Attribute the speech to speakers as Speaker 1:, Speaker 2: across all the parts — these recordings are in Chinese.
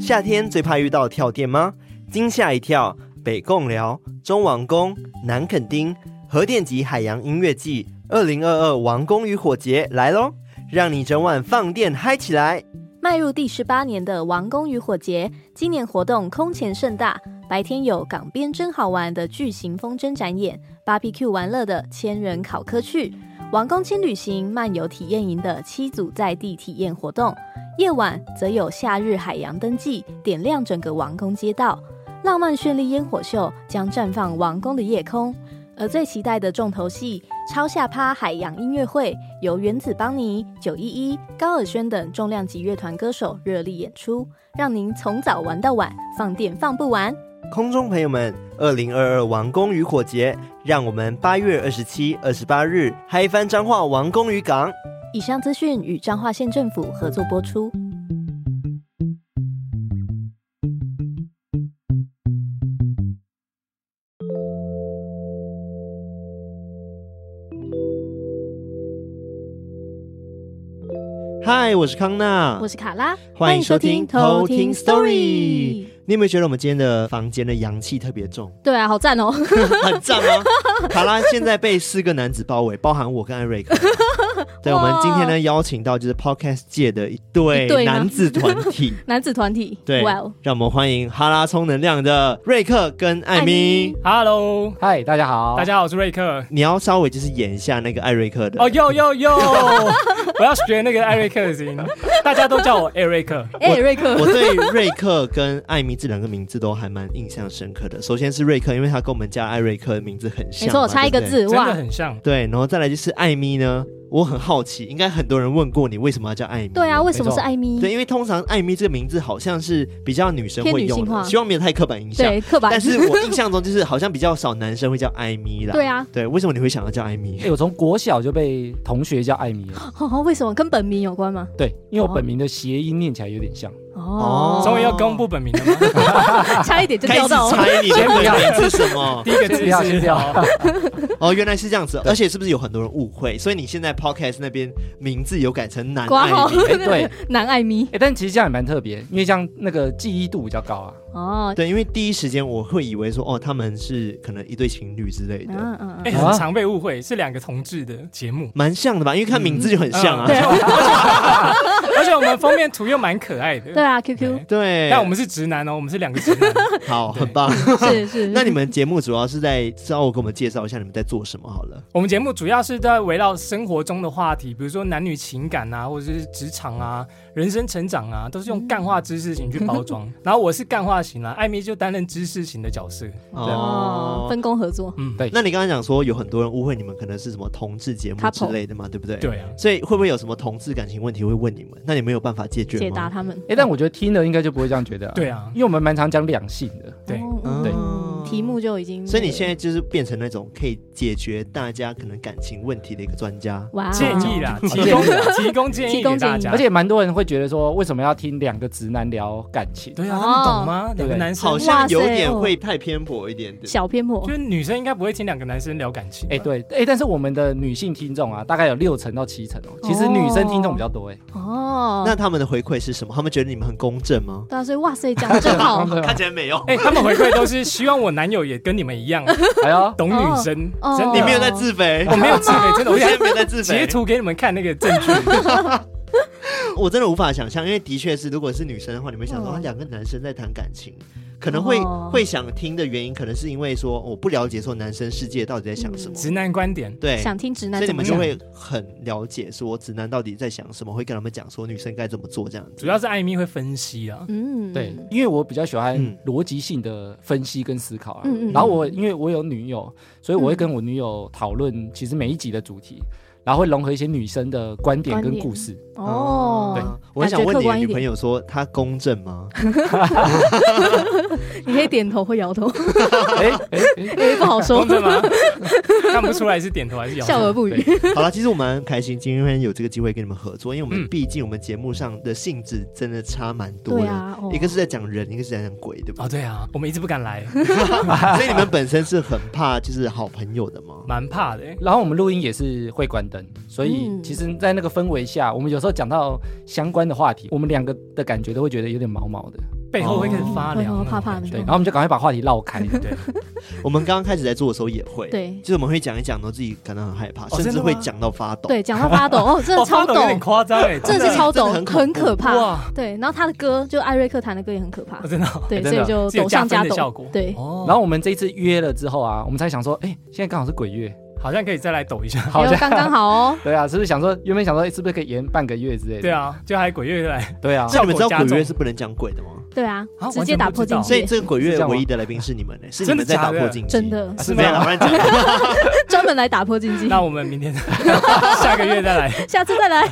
Speaker 1: 夏天最怕遇到跳电吗？惊吓一跳！北贡寮、中王宫、南垦丁核电及海洋音乐季二零二二王宫渔火节来喽，让你整晚放电嗨起来！
Speaker 2: 迈入第十八年的王宫渔火节，今年活动空前盛大。白天有港边真好玩的巨型风筝展演，BBQ 玩乐的千人考科去，王宫轻旅行漫游体验营的七组在地体验活动。夜晚则有夏日海洋灯记，点亮整个王宫街道。浪漫绚丽烟火秀将绽放王宫的夜空，而最期待的重头戏——超下趴海洋音乐会，由原子邦尼、九一一、高尔宣等重量级乐团歌手热力演出，让您从早玩到晚，放电放不完。
Speaker 1: 空中朋友们，二零二二王宫渔火节，让我们八月二十七、二十八日嗨翻彰化王宫渔港。
Speaker 2: 以上资讯与彰化县政府合作播出。
Speaker 1: 嗨，我是康娜，
Speaker 2: 我是卡拉，
Speaker 1: 欢迎收听偷听 Story。你有没有觉得我们今天的房间的阳气特别重？
Speaker 2: 对啊，好赞哦！
Speaker 1: 很赞 吗？卡拉现在被四个男子包围，包含我跟艾瑞 克。对，我们今天呢邀请到就是 Podcast 界的一对
Speaker 2: 一对吗
Speaker 1: 男子团 体。
Speaker 2: 男子团体，
Speaker 1: 对
Speaker 2: 哇哦，
Speaker 1: 让我们欢迎哈拉充能量的瑞克跟艾
Speaker 2: 艾
Speaker 1: 米
Speaker 2: 咪。
Speaker 3: Hello，
Speaker 4: 嗨，大家好，
Speaker 3: 大家好，我是瑞克。
Speaker 1: 你要稍微就是演一下那个艾瑞克的
Speaker 3: 哦，呦呦 呦，我要学那个艾瑞克的声音，大家都叫我艾瑞克。
Speaker 2: 哎，瑞克，
Speaker 1: 我对瑞克跟艾米这两个名字都还蛮印象深刻的。首先是瑞克，因为他跟我们家艾瑞克的名字很像嘛，
Speaker 2: 没错，我差一个
Speaker 1: 对不对。
Speaker 2: 字，
Speaker 3: 真
Speaker 2: 哇
Speaker 3: 的，很像，
Speaker 1: 对，然后再来就是艾米呢，我很好奇，应该很多人问过你为什么要叫艾米？
Speaker 2: 对啊，为什么是
Speaker 4: 没错
Speaker 2: 艾米？
Speaker 1: 对，因为通常艾米这个名字好像是比较女生会
Speaker 2: 偏女性
Speaker 1: 用
Speaker 2: 化
Speaker 1: 的，希望没有太刻板印象。
Speaker 2: 对，刻板，
Speaker 1: 但是我印象中就是好像比较少男生会叫艾米啦。
Speaker 2: 对啊，
Speaker 1: 对，为什么你会想要叫艾米
Speaker 4: 哎、？我从国小就被同学叫艾米了，
Speaker 2: 哦，为什么跟本名有关吗？
Speaker 4: 对，因为
Speaker 2: 哦
Speaker 4: 我本名的谐音念起来有点像。
Speaker 2: 哦，
Speaker 3: 终于要公布本名了吗？
Speaker 2: 差一点就
Speaker 1: 开
Speaker 2: 掉
Speaker 1: 始
Speaker 2: 到哦了。
Speaker 1: 猜你的本名是什么
Speaker 3: 第？一个字
Speaker 4: 哦先不要
Speaker 3: 是
Speaker 4: 先不要
Speaker 3: 哦
Speaker 1: 哦，原来是这样子，而且是不是有很多人误会？所以你现在 podcast 那边名字有改成男
Speaker 2: 挂
Speaker 1: 艾
Speaker 2: 号
Speaker 1: 米？
Speaker 4: 哎、 对，哎、
Speaker 2: 男艾米
Speaker 4: 但其实这样也蛮特别，因为这样那个记忆度比较高啊。
Speaker 2: 哦，
Speaker 1: 对，因为第一时间我会以为说，哦，他们是可能一对情侣之类的，
Speaker 2: 嗯嗯
Speaker 3: 哎，
Speaker 2: 嗯，
Speaker 4: 啊
Speaker 3: 很常被误会是两个同志的节目，嗯
Speaker 1: 蛮像的吧？因为看名字就很像啊。
Speaker 2: 对
Speaker 3: 而且我们封面图又蛮可爱
Speaker 2: 对
Speaker 3: 的。
Speaker 2: 啊，QQ
Speaker 1: 对，
Speaker 3: 但我们是直男哦，我们是两个直男。
Speaker 1: 好，
Speaker 3: 对
Speaker 1: 很棒。
Speaker 2: 是是，
Speaker 1: 哎那你们节目主要是在稍后给我们介绍一下你们在做什么好了。
Speaker 3: 我们节目主要是在围绕生活中的话题，比如说男女情感啊，或者是职场啊、人生成长啊，都是
Speaker 2: 嗯
Speaker 3: 用干话知识型去包 装。然后我是干话型啦、啊艾米就担任知识型的角色。
Speaker 2: 哦，分工合作，
Speaker 3: 嗯，
Speaker 4: 对
Speaker 1: 那你刚刚讲说有很多人误会你们可能是什么同志节目
Speaker 2: Couple
Speaker 1: 之类的嘛，对不对？。
Speaker 3: 对啊，
Speaker 1: 所以会不会有什么同志感情问题会问你们？那你们有办法解决吗？
Speaker 2: 解答他们。
Speaker 4: 哎、但我觉得听了应该就不会这样觉得、啊。，
Speaker 3: 哦对啊，
Speaker 4: 因为我们蛮常讲两性的。
Speaker 3: 对
Speaker 2: 哦
Speaker 1: 嗯
Speaker 2: 嗯题目就已经，
Speaker 1: 所以你现在就是变成那种可以解决大家可能感情问题的一个专家。
Speaker 2: 哇哦
Speaker 3: 建议啦，
Speaker 4: 哦
Speaker 3: 提供提供建
Speaker 2: 提
Speaker 3: 议
Speaker 2: 供
Speaker 3: 给
Speaker 2: 建议
Speaker 3: 大家。
Speaker 4: 而且蛮多人会觉得说，为什么要听两个直男聊感情？
Speaker 2: 哦
Speaker 3: 对啊，他们懂吗？
Speaker 4: 对
Speaker 3: 两个男生
Speaker 1: 好
Speaker 3: 就
Speaker 1: 像有
Speaker 2: 哇塞
Speaker 1: 点
Speaker 2: 哦
Speaker 1: 会太偏颇一点点。
Speaker 2: 小偏颇
Speaker 3: 是女生应该不会听两个男生聊感情吧。
Speaker 4: 哎、对，哎、但是我们的女性听众啊，大概有六成到七成哦。其实女生听众比较多哎、
Speaker 2: 哦。
Speaker 1: 那他们的回馈是什么？他们觉得你们很公正吗？
Speaker 2: 对啊，所以哇塞，讲的真 好
Speaker 1: 看起来没有。
Speaker 3: 哎，他们回馈都是希望我男友也跟你们一 样
Speaker 4: 哎呦，
Speaker 3: 懂女生，
Speaker 2: 哦
Speaker 3: 真
Speaker 1: 你
Speaker 3: 的
Speaker 1: 没有在自 肥，
Speaker 3: 哦我没有自肥，真的，
Speaker 1: 我
Speaker 3: 我
Speaker 1: 现
Speaker 3: 现
Speaker 1: 在没有在
Speaker 3: 在
Speaker 1: 自
Speaker 3: 截
Speaker 1: 肥。
Speaker 3: 图给你们看那个证据。
Speaker 1: 我真的无法想象，因为的确是，如果是女生的话，你们想说
Speaker 2: 嗯
Speaker 1: 啊两个男生在谈感情，可能会、
Speaker 2: 哦
Speaker 1: 会想听的原因，可能是因为说我不了解说男生世界到底在想什么，
Speaker 3: 直男观点，
Speaker 1: 对，
Speaker 2: 嗯想听直
Speaker 1: 所
Speaker 2: 男
Speaker 1: 以你
Speaker 2: 怎么
Speaker 1: 们就
Speaker 2: 讲？
Speaker 1: 会很了解说直男到底在想什么，会跟他们讲说女生该怎么做这样子。
Speaker 3: 主要是艾米会分析啊。
Speaker 2: 嗯，
Speaker 4: 对，因为我比较喜欢
Speaker 1: 嗯
Speaker 4: 逻辑性的分析跟思考啊。
Speaker 2: 嗯嗯嗯
Speaker 4: 然后我因为我有女友，所以我会跟我女友讨论其实每一集的主题，然后会融合一些女生的观点
Speaker 2: 观
Speaker 4: 跟
Speaker 2: 点
Speaker 4: 故事。
Speaker 2: 哦，
Speaker 1: 嗯我很想问你
Speaker 2: 感觉客
Speaker 1: 的
Speaker 2: 观一
Speaker 1: 女
Speaker 2: 点
Speaker 1: 朋友说她公正 吗？
Speaker 2: 你可以点头或摇 头，
Speaker 4: 哎哎哎，
Speaker 2: 也不好说
Speaker 3: 公，正吗？ 看不出来是点头还是摇
Speaker 2: 笑而
Speaker 3: 头。
Speaker 2: 不语。
Speaker 1: 好了，其实我蛮开心，今天有这个机会跟你们合作，因为我们
Speaker 3: 嗯
Speaker 1: 毕竟我们节目上的性质真的差蛮多
Speaker 2: 对
Speaker 1: 的，
Speaker 2: 啊，哦
Speaker 1: 一个是在讲人，一个是在讲鬼，对吧
Speaker 3: 哦，？对啊，我们一直不敢来，
Speaker 1: 所以你们本身是很怕就是好朋友的吗？
Speaker 3: 蛮怕的。
Speaker 4: 然后我们录音也是会关等，所以
Speaker 2: 嗯
Speaker 4: 其实，在那个氛围下，我们有时候讲到相关的话题，我们两个的感觉都会觉得有点毛毛的，
Speaker 3: 背后会开始发凉
Speaker 2: 哦
Speaker 3: 那种感觉，
Speaker 2: 怕怕的
Speaker 4: 对，然后我们就赶快把话题绕 开。
Speaker 3: 对，
Speaker 1: 我们刚刚开始在做的时候也会，，
Speaker 2: 对
Speaker 1: 就是我们会讲一讲，然后自己感到很害怕，
Speaker 3: 哦
Speaker 1: 甚
Speaker 3: 真
Speaker 1: 至
Speaker 3: 的
Speaker 1: 会
Speaker 3: 吗
Speaker 1: 讲到发抖。
Speaker 2: 对，讲到发抖哦，真的
Speaker 3: 哦
Speaker 2: 超
Speaker 3: 发抖有点
Speaker 2: 抖，
Speaker 3: 夸张哎，
Speaker 2: 真的
Speaker 1: 真
Speaker 2: 是
Speaker 1: 的
Speaker 2: 超抖，
Speaker 1: 真的很恐怖
Speaker 2: 很可怕。
Speaker 3: 哇，
Speaker 2: 对，然后他的歌就艾瑞克弹的歌也很可怕
Speaker 3: 哦，真的哦
Speaker 2: 对，
Speaker 4: 哎
Speaker 2: 所
Speaker 4: 真
Speaker 2: 以
Speaker 4: 的
Speaker 2: 就是
Speaker 3: 有
Speaker 2: 抖上加
Speaker 3: 加分的效
Speaker 2: 抖
Speaker 3: 果。
Speaker 2: 对，
Speaker 3: 哦，
Speaker 4: 然后我们这一次约了之后啊，我们才想说，哎、现在刚好是鬼月，
Speaker 3: 好像可以再来抖一下，
Speaker 4: 好
Speaker 2: 哎呦
Speaker 4: 像。
Speaker 2: 刚刚好哦
Speaker 4: 对啊，是不是想说原本想说、哎是不是可以延半个月之类的？
Speaker 3: 对，啊，就还鬼月来，
Speaker 4: 对啊，
Speaker 1: 像你们知道
Speaker 3: 效果加
Speaker 1: 鬼月
Speaker 3: 重
Speaker 1: 是不能讲鬼的吗？
Speaker 2: 对啊
Speaker 3: 啊，
Speaker 2: 直接打破禁
Speaker 3: 完全不知道
Speaker 1: 所以
Speaker 2: 忌，
Speaker 1: 这个鬼
Speaker 4: 是这
Speaker 1: 月
Speaker 4: 样吗
Speaker 1: 唯一的来宾是你们呢、是你
Speaker 3: 真
Speaker 1: 们
Speaker 3: 的
Speaker 1: 在打
Speaker 3: 假的
Speaker 1: 破禁忌，
Speaker 2: 真的
Speaker 1: 是
Speaker 3: 啊
Speaker 1: 没
Speaker 3: 吗
Speaker 1: 有啦乱讲。
Speaker 2: 专门来打破禁忌。
Speaker 3: 那我们明天 下个月再来，
Speaker 2: 下次再来，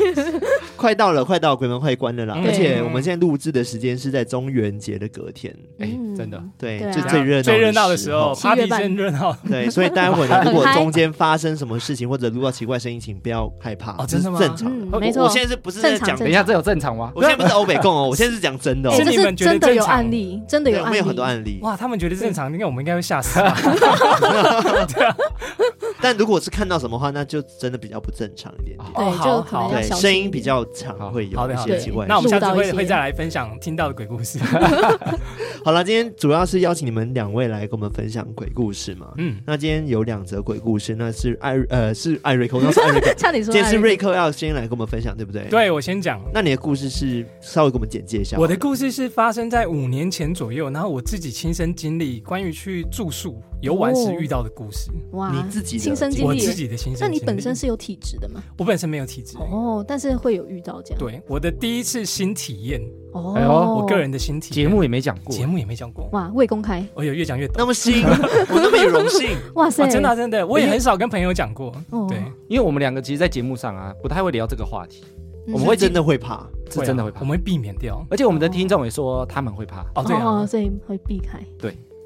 Speaker 1: 快到了，快到了，鬼门快关了啦！
Speaker 3: 嗯
Speaker 1: 而且我们现在录制的时间是在中元节的隔天，
Speaker 4: 哎、
Speaker 2: 嗯
Speaker 4: 真的，
Speaker 1: 对，
Speaker 2: 对啊
Speaker 1: 就 最热闹
Speaker 3: 最热闹
Speaker 1: 的
Speaker 3: 的时候
Speaker 2: 七月
Speaker 3: ，party
Speaker 2: 半
Speaker 3: 真热闹
Speaker 1: 对，所以待会呢，如果
Speaker 2: 很嗨
Speaker 1: 中间发生什么事情或者录到奇怪声音，请不要害怕，
Speaker 3: 哦
Speaker 1: 这
Speaker 3: 真的
Speaker 1: 是
Speaker 3: 吗
Speaker 1: 正常的。
Speaker 2: 嗯
Speaker 1: 我，
Speaker 2: 没错
Speaker 1: 我，现在是不是在
Speaker 2: 正常
Speaker 1: 讲
Speaker 2: 正
Speaker 4: 等一下这有正常吗？
Speaker 1: 我现在不是欧北共哦，我现在是讲真的哦
Speaker 2: 哎
Speaker 3: 是。
Speaker 2: 这
Speaker 3: 你
Speaker 2: 是
Speaker 3: 们觉得
Speaker 2: 真的有
Speaker 3: 正常
Speaker 2: 案例，真的
Speaker 1: 对，
Speaker 2: 有
Speaker 1: 我
Speaker 2: 案
Speaker 1: 们
Speaker 2: 例，
Speaker 1: 有很多案例，
Speaker 3: 哇，他们觉得正常，应该我们应该会吓死啊吧？
Speaker 2: 嗯
Speaker 1: 但如果是看到什么话，那就真的比较不正常一点点。
Speaker 2: 对
Speaker 3: 哦好
Speaker 2: 就可能
Speaker 3: 好
Speaker 2: 要
Speaker 1: 对，
Speaker 2: 小心
Speaker 1: 声
Speaker 2: 一
Speaker 1: 音比
Speaker 2: 点
Speaker 1: 较常会
Speaker 3: 好
Speaker 1: 有
Speaker 3: 的
Speaker 1: 一
Speaker 3: 好
Speaker 1: 些
Speaker 2: 的
Speaker 1: 奇怪
Speaker 3: 那
Speaker 1: 的
Speaker 3: 我
Speaker 1: 事。
Speaker 3: 们下次
Speaker 2: 录到一
Speaker 3: 会
Speaker 2: 些，
Speaker 3: 会再来分享听到的鬼故事。
Speaker 1: 好了，今天主要是邀请你们两位来跟我们分享鬼故事嘛。
Speaker 3: 嗯，
Speaker 1: 那今天有两则鬼故事，那是艾瑞呃是艾瑞克，那是艾瑞克
Speaker 2: 差点说
Speaker 1: 今天
Speaker 2: 艾
Speaker 1: 是
Speaker 2: 瑞
Speaker 1: 瑞克要先来跟我们分享，对不对？。
Speaker 3: 对我先讲，
Speaker 1: 那你的故事是稍微给我们简介一下。
Speaker 3: 我的故事是发生在五年前左右，然后我自己亲身经历关于去住宿游玩时遇到的故事，
Speaker 2: 哇，
Speaker 1: 你自己的
Speaker 2: 亲身
Speaker 1: 经历
Speaker 2: 嗯经
Speaker 3: 我
Speaker 2: 历
Speaker 3: 自，己的亲身
Speaker 2: 那
Speaker 3: 经历。
Speaker 2: 你本身是有体质的吗？
Speaker 3: 我本身没有体质，
Speaker 2: 哦，但是会有遇到这样，，
Speaker 3: 对我的第一次新体验，
Speaker 2: 哦，
Speaker 4: 哎呦
Speaker 3: 我个人的新体
Speaker 4: 节
Speaker 3: 验
Speaker 4: 目也没讲过，
Speaker 3: 节目也没讲过，
Speaker 2: 哇未公开，
Speaker 3: 我有越讲越懂。
Speaker 1: 那么 幸运，我那么有荣 幸，
Speaker 2: 哇塞，
Speaker 3: 啊真的啊真 的，我也很少跟朋友讲过。
Speaker 2: 哦
Speaker 3: 对，
Speaker 4: 因为我们两个其实，在节目上啊，不太会聊这个话题，
Speaker 2: 嗯
Speaker 4: 我们会
Speaker 1: 真的会怕。
Speaker 4: 是真的会
Speaker 3: 啊
Speaker 4: 怕
Speaker 3: 我。们会避免掉。
Speaker 4: 而且我们的听众也说他们会怕，
Speaker 3: 哦，对
Speaker 2: 哦，
Speaker 3: 啊，
Speaker 2: 所以会避开，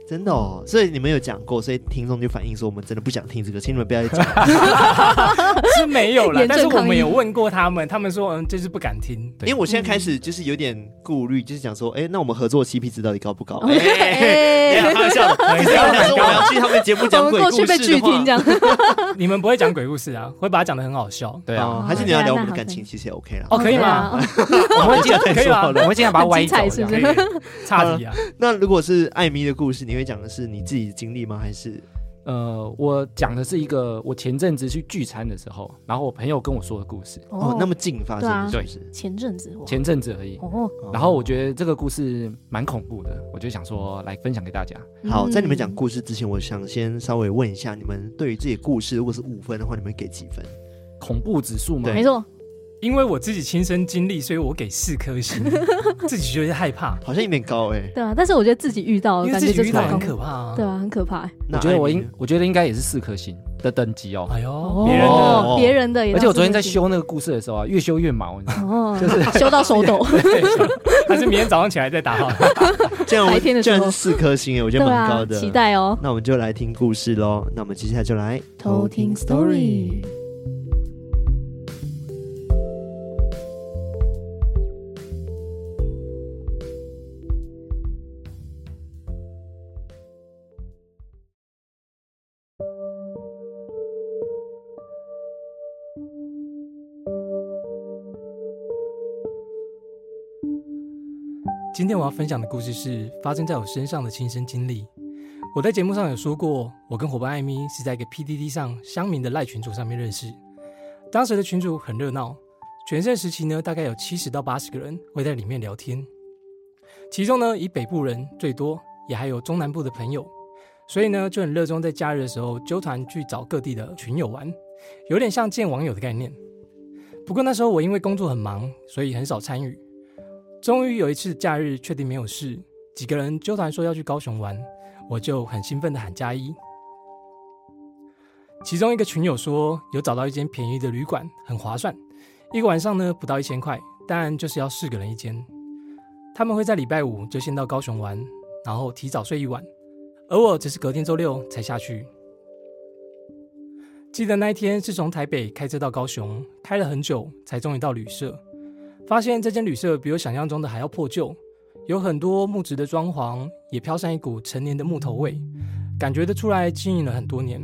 Speaker 1: 真的哦，所以你们有讲过，所以听众就反映说我们真的不想听这个，请你们不要再讲。
Speaker 3: 是没有啦
Speaker 2: 严，正
Speaker 3: 但是我
Speaker 2: 抗
Speaker 3: 们
Speaker 2: 议
Speaker 3: 有问过他们，他们说嗯，就是不敢 听。
Speaker 1: 因为我现在开始就是有点顾虑，就是想说，哎，那我们合作的 CP 值到底高不
Speaker 2: 哦
Speaker 1: 高？哎，
Speaker 2: 哎
Speaker 1: 开玩笑的，就是我想说我要去他们节目
Speaker 2: 我
Speaker 1: 讲
Speaker 2: 们
Speaker 1: 鬼
Speaker 2: 过
Speaker 1: 故
Speaker 2: 去
Speaker 1: 事
Speaker 2: 被拒
Speaker 1: 的
Speaker 2: 听
Speaker 1: 话
Speaker 2: 这，样，
Speaker 3: 你们不会讲鬼故事啊，会把它讲的很好 笑。
Speaker 4: 对啊，
Speaker 1: 哦， 还是你要聊我们的感情，其实也 OK 啦。
Speaker 3: 哦可以
Speaker 2: 对
Speaker 3: 吗？
Speaker 2: 啊
Speaker 4: 我们会 尽
Speaker 3: 可以
Speaker 4: 啊我
Speaker 3: 吧？
Speaker 4: 们会尽量把它歪走，
Speaker 2: 很精彩
Speaker 4: 这样
Speaker 2: 是不
Speaker 3: 可以，差题啊，
Speaker 1: 那如果是艾米的故事，你会讲的是你自己的经历吗？还是
Speaker 4: 呃，我讲的是一个我前阵子去聚餐的时候，然后我朋友跟我说的故事，
Speaker 1: 哦那么近发生的是
Speaker 2: 啊
Speaker 1: 不是？
Speaker 2: 前阵子我
Speaker 4: 前阵子而已。
Speaker 2: 哦，
Speaker 1: 哦
Speaker 4: 然后我觉得这个故事蛮恐怖的，我就想说来分享给大家。
Speaker 1: 好，
Speaker 2: 嗯
Speaker 1: 在你们讲故事之前，我想先稍微问一下，你们对于自己的故事，如果是五分的话，你们给几分？
Speaker 4: 恐怖指数嘛，
Speaker 1: 对
Speaker 2: 没错，
Speaker 3: 因为我自己亲身经历，所以我给四 颗星，自己觉得害怕，
Speaker 1: 好像有点高哎、
Speaker 2: 对啊，但是我觉得自己遇到
Speaker 3: 因为
Speaker 2: 哦感
Speaker 3: 自
Speaker 2: 觉
Speaker 3: 己
Speaker 2: 就
Speaker 3: 遇
Speaker 2: 是
Speaker 3: 到
Speaker 2: 蛮
Speaker 3: 很
Speaker 2: 恐
Speaker 3: 可
Speaker 2: 怖，
Speaker 3: 怕啊。
Speaker 2: 对啊，很可怕，
Speaker 1: 那
Speaker 4: 我觉得我
Speaker 1: 艾米
Speaker 4: 应
Speaker 1: 呢，
Speaker 4: 我觉得应该也是四颗星的等级哦。
Speaker 3: 哎呦，别 人的
Speaker 2: 哦，别人的也，
Speaker 4: 而且我昨天在。修那个故事的时候啊，越修越毛，你知道吗？
Speaker 2: 哦， 修到手 抖，
Speaker 3: 但是明天早上起来再打好了。
Speaker 1: 这样我
Speaker 2: 白天的时
Speaker 1: 这
Speaker 2: 候
Speaker 1: 样是四颗星哎、我觉
Speaker 2: 对
Speaker 1: 得蛮
Speaker 2: 啊
Speaker 1: 高，的。
Speaker 2: 期待哦。
Speaker 1: 那我们就来听故事喽。那我们接下来就来
Speaker 2: 偷听 story
Speaker 3: 今天我要分享的故事是发生在我身上的亲身经历。我在节目上有说过，我跟伙伴艾米是在一个 PDD 上乡民的赖群组上面认识。当时的群组很热闹，全盛时期呢，大概有七十到八十个人会在里面聊天。其中呢，以北部人最多，也还有中南部的朋友，所以呢，就很热衷在假日的时候纠团去找各地的群友玩，有点像见网友的概念。不过那时候我因为工作很忙，所以很少参与。终于有一次假日确定没有事，几个人纠团说要去高雄玩，我就很兴奋的喊加一。其中一个群友说有找到一间便宜的旅馆，很划算，一个晚上呢不到一千块，当然就是要四个人一间。他们会在礼拜五就先到高雄玩，然后提早睡一晚，而我只是隔天周六才下去。记得那一天是从台北开车到高雄，开了很久才终于到旅社。发现这间旅社比我想象中的还要破旧，有很多木质的装潢，也飘散一股陈年的木头味，感觉得出来经营了很多年。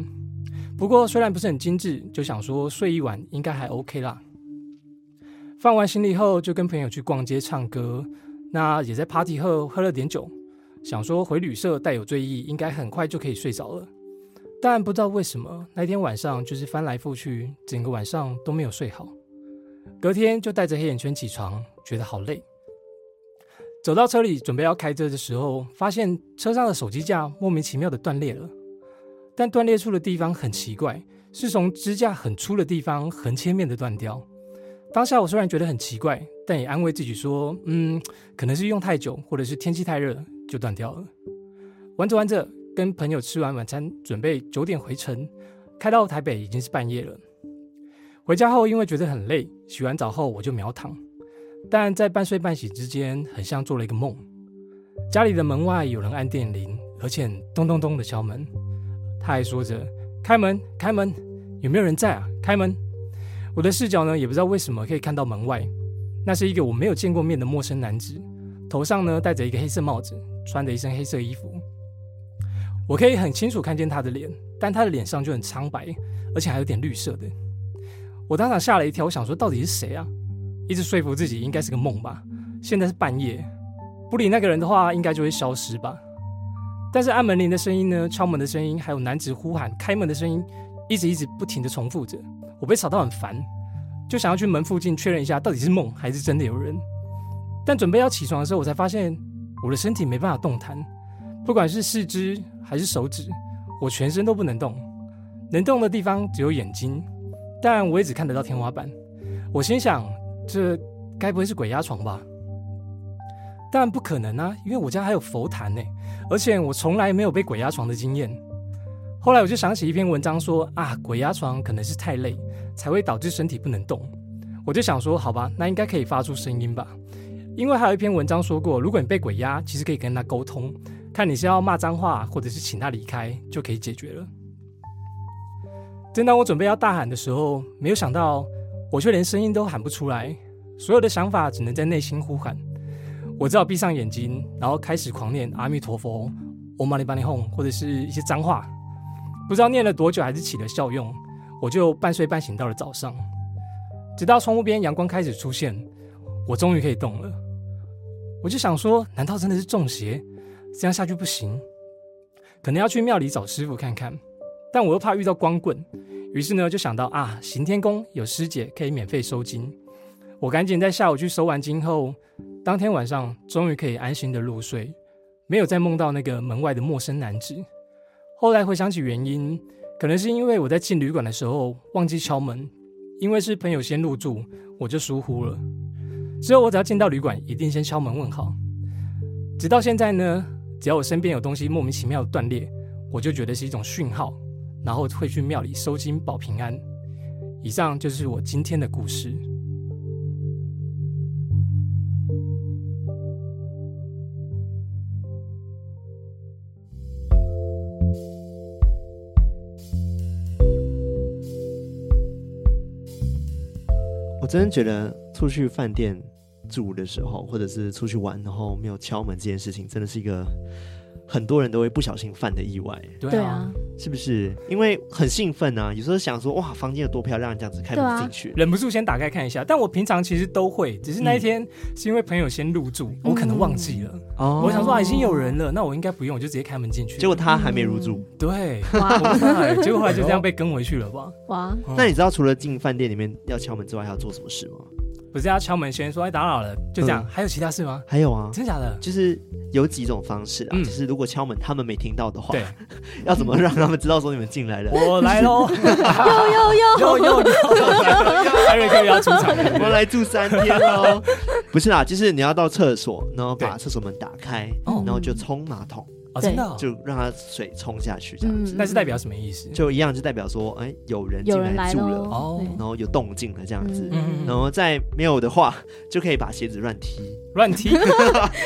Speaker 3: 不过虽然不是很精致，就想说睡一晚应该还 OK 啦。放完行李后，就跟朋友去逛街唱歌，那也在 party 后喝了点酒，想说回旅社带有醉意，应该很快就可以睡着了。但不知道为什么，那天晚上就是翻来覆去，整个晚上都没有睡好。隔天就带着黑眼圈起床，觉得好累。走到车里准备要开车的时候，发现车上的手机架莫名其妙的断裂了，但断裂处的地方很奇怪，是从支架很粗的地方横切面的断掉。当下我虽然觉得很奇怪，但也安慰自己说，嗯，可能是用太久，或者是天气太热就断掉了。玩着玩着，跟朋友吃完晚餐，准备九点回程，开到台北已经是半夜了。回家后，因为觉得很累，洗完澡后我就秒躺，但在半睡半醒之间，很像做了一个梦。家里的门外有人按电铃，而且咚咚咚的敲门，他还说着：“开门，开门，有没有人在啊？开门！”我的视角呢，也不知道为什么可以看到门外，那是一个我没有见过面的陌生男子，头上呢戴着一个黑色帽子，穿着一身黑色衣服。我可以很清楚看见他的脸，但他的脸上就很苍白，而且还有点绿色的。我当场吓了一跳，我想说到底是谁啊？一直说服自己应该是个梦吧。现在是半夜，不理那个人的话，应该就会消失吧。但是按门铃的声音呢，敲门的声音，还有男子呼喊开门的声音，一直一直不停的重复着。我被吵到很烦，就想要去门附近确认一下到底是梦还是真的有人。但准备要起床的时候，我才发现我的身体没办法动弹，不管是四肢还是手指，我全身都不能动，能动的地方只有眼睛。但我也只看得到天花板。我心想，这该不会是鬼压床吧？但不可能啊，因为我家还有佛坛呢、而且我从来没有被鬼压床的经验。后来我就想起一篇文章说啊，鬼压床可能是太累才会导致身体不能动。我就想说，好吧，那应该可以发出声音吧，因为还有一篇文章说过，如果你被鬼压，其实可以跟他沟通，看你是要骂脏话，或者是请他离开，就可以解决了。正当我准备要大喊的时候，没有想到我却连声音都喊不出来，所有的想法只能在内心呼喊。我只好闭上眼睛，然后开始狂念阿弥陀佛、Om Mani p a d m e Hum，或者是一些脏话。不知道念了多久，还是起了效用，我就半睡半醒到了早上。直到窗户边阳光开始出现，我终于可以动了。我就想说，难道真的是中邪？这样下去不行，可能要去庙里找师傅看看。但我又怕遇到光棍，于是呢就想到啊，行天宫有师姐可以免费收金，我赶紧在下午去收完金后，当天晚上终于可以安心的入睡，没有再梦到那个门外的陌生男子。后来回想起原因，可能是因为我在进旅馆的时候忘记敲门，因为是朋友先入住，我就疏忽了。之后我只要进到旅馆，一定先敲门问好。直到现在呢，只要我身边有东西莫名其妙的断裂，我就觉得是一种讯号，然后会去庙里收金保平安。以上就是我今天的故事。
Speaker 1: 我真的觉得出去饭店住的时候，或者是出去玩，然后没有敲门这件事情，真的是一个很多人都会不小心犯的意外，
Speaker 3: 对
Speaker 2: 对啊，，
Speaker 1: 是不是？因为很兴奋啊，有时候想说哇，房间有多漂亮，这样子开
Speaker 2: 对
Speaker 1: 门
Speaker 2: 啊
Speaker 1: 进去，
Speaker 3: 忍不住先打开看一下。但我平常其实都会，只是那一天
Speaker 2: 嗯
Speaker 3: 是因为朋友先入住，我可能忘记了。
Speaker 1: 哦
Speaker 3: 我想说、啊、已经有人了，那我应该不用，我就直接开门进去。
Speaker 1: 结果他还没入住。
Speaker 3: 对，
Speaker 2: 哇
Speaker 3: 我不知道欸结果后来就这样被跟回去了吧？
Speaker 2: 哇，
Speaker 1: 那你知道除了进饭店里面要敲门之外，还要做什么事吗？
Speaker 3: 不是要敲门先说哎打扰了，就这样。
Speaker 1: 嗯
Speaker 3: 还有其他事吗？
Speaker 1: 还有啊，
Speaker 3: 真假的？
Speaker 1: 就是有几种方式啊，
Speaker 3: 嗯
Speaker 1: 就是如果敲门他们没听到的
Speaker 2: 哦
Speaker 1: 话
Speaker 3: 对，
Speaker 1: 要怎么让他们知道说你们进来了？
Speaker 3: 我 来喽！
Speaker 2: 又又
Speaker 3: 又
Speaker 2: 又，
Speaker 3: 又 又，艾瑞克又要出场了。
Speaker 1: 我来住三天 哦，不是啦，就是你要到厕所，然后把厕所门打开，
Speaker 2: 哦
Speaker 1: 然后就冲马桶，
Speaker 3: 哦，真的哦，
Speaker 1: 就让它水冲下去，这
Speaker 2: 嗯
Speaker 1: 样子，
Speaker 3: 那是代表什么意思？
Speaker 1: 就一样，就代表说，哎，有人
Speaker 2: 有
Speaker 1: 进
Speaker 2: 人来
Speaker 1: 来住了，
Speaker 3: 哦
Speaker 2: 喽，对
Speaker 1: 然后有动静了这样子。
Speaker 3: 嗯
Speaker 1: 然后再没有的话，就可以把鞋子乱踢。
Speaker 3: 乱踢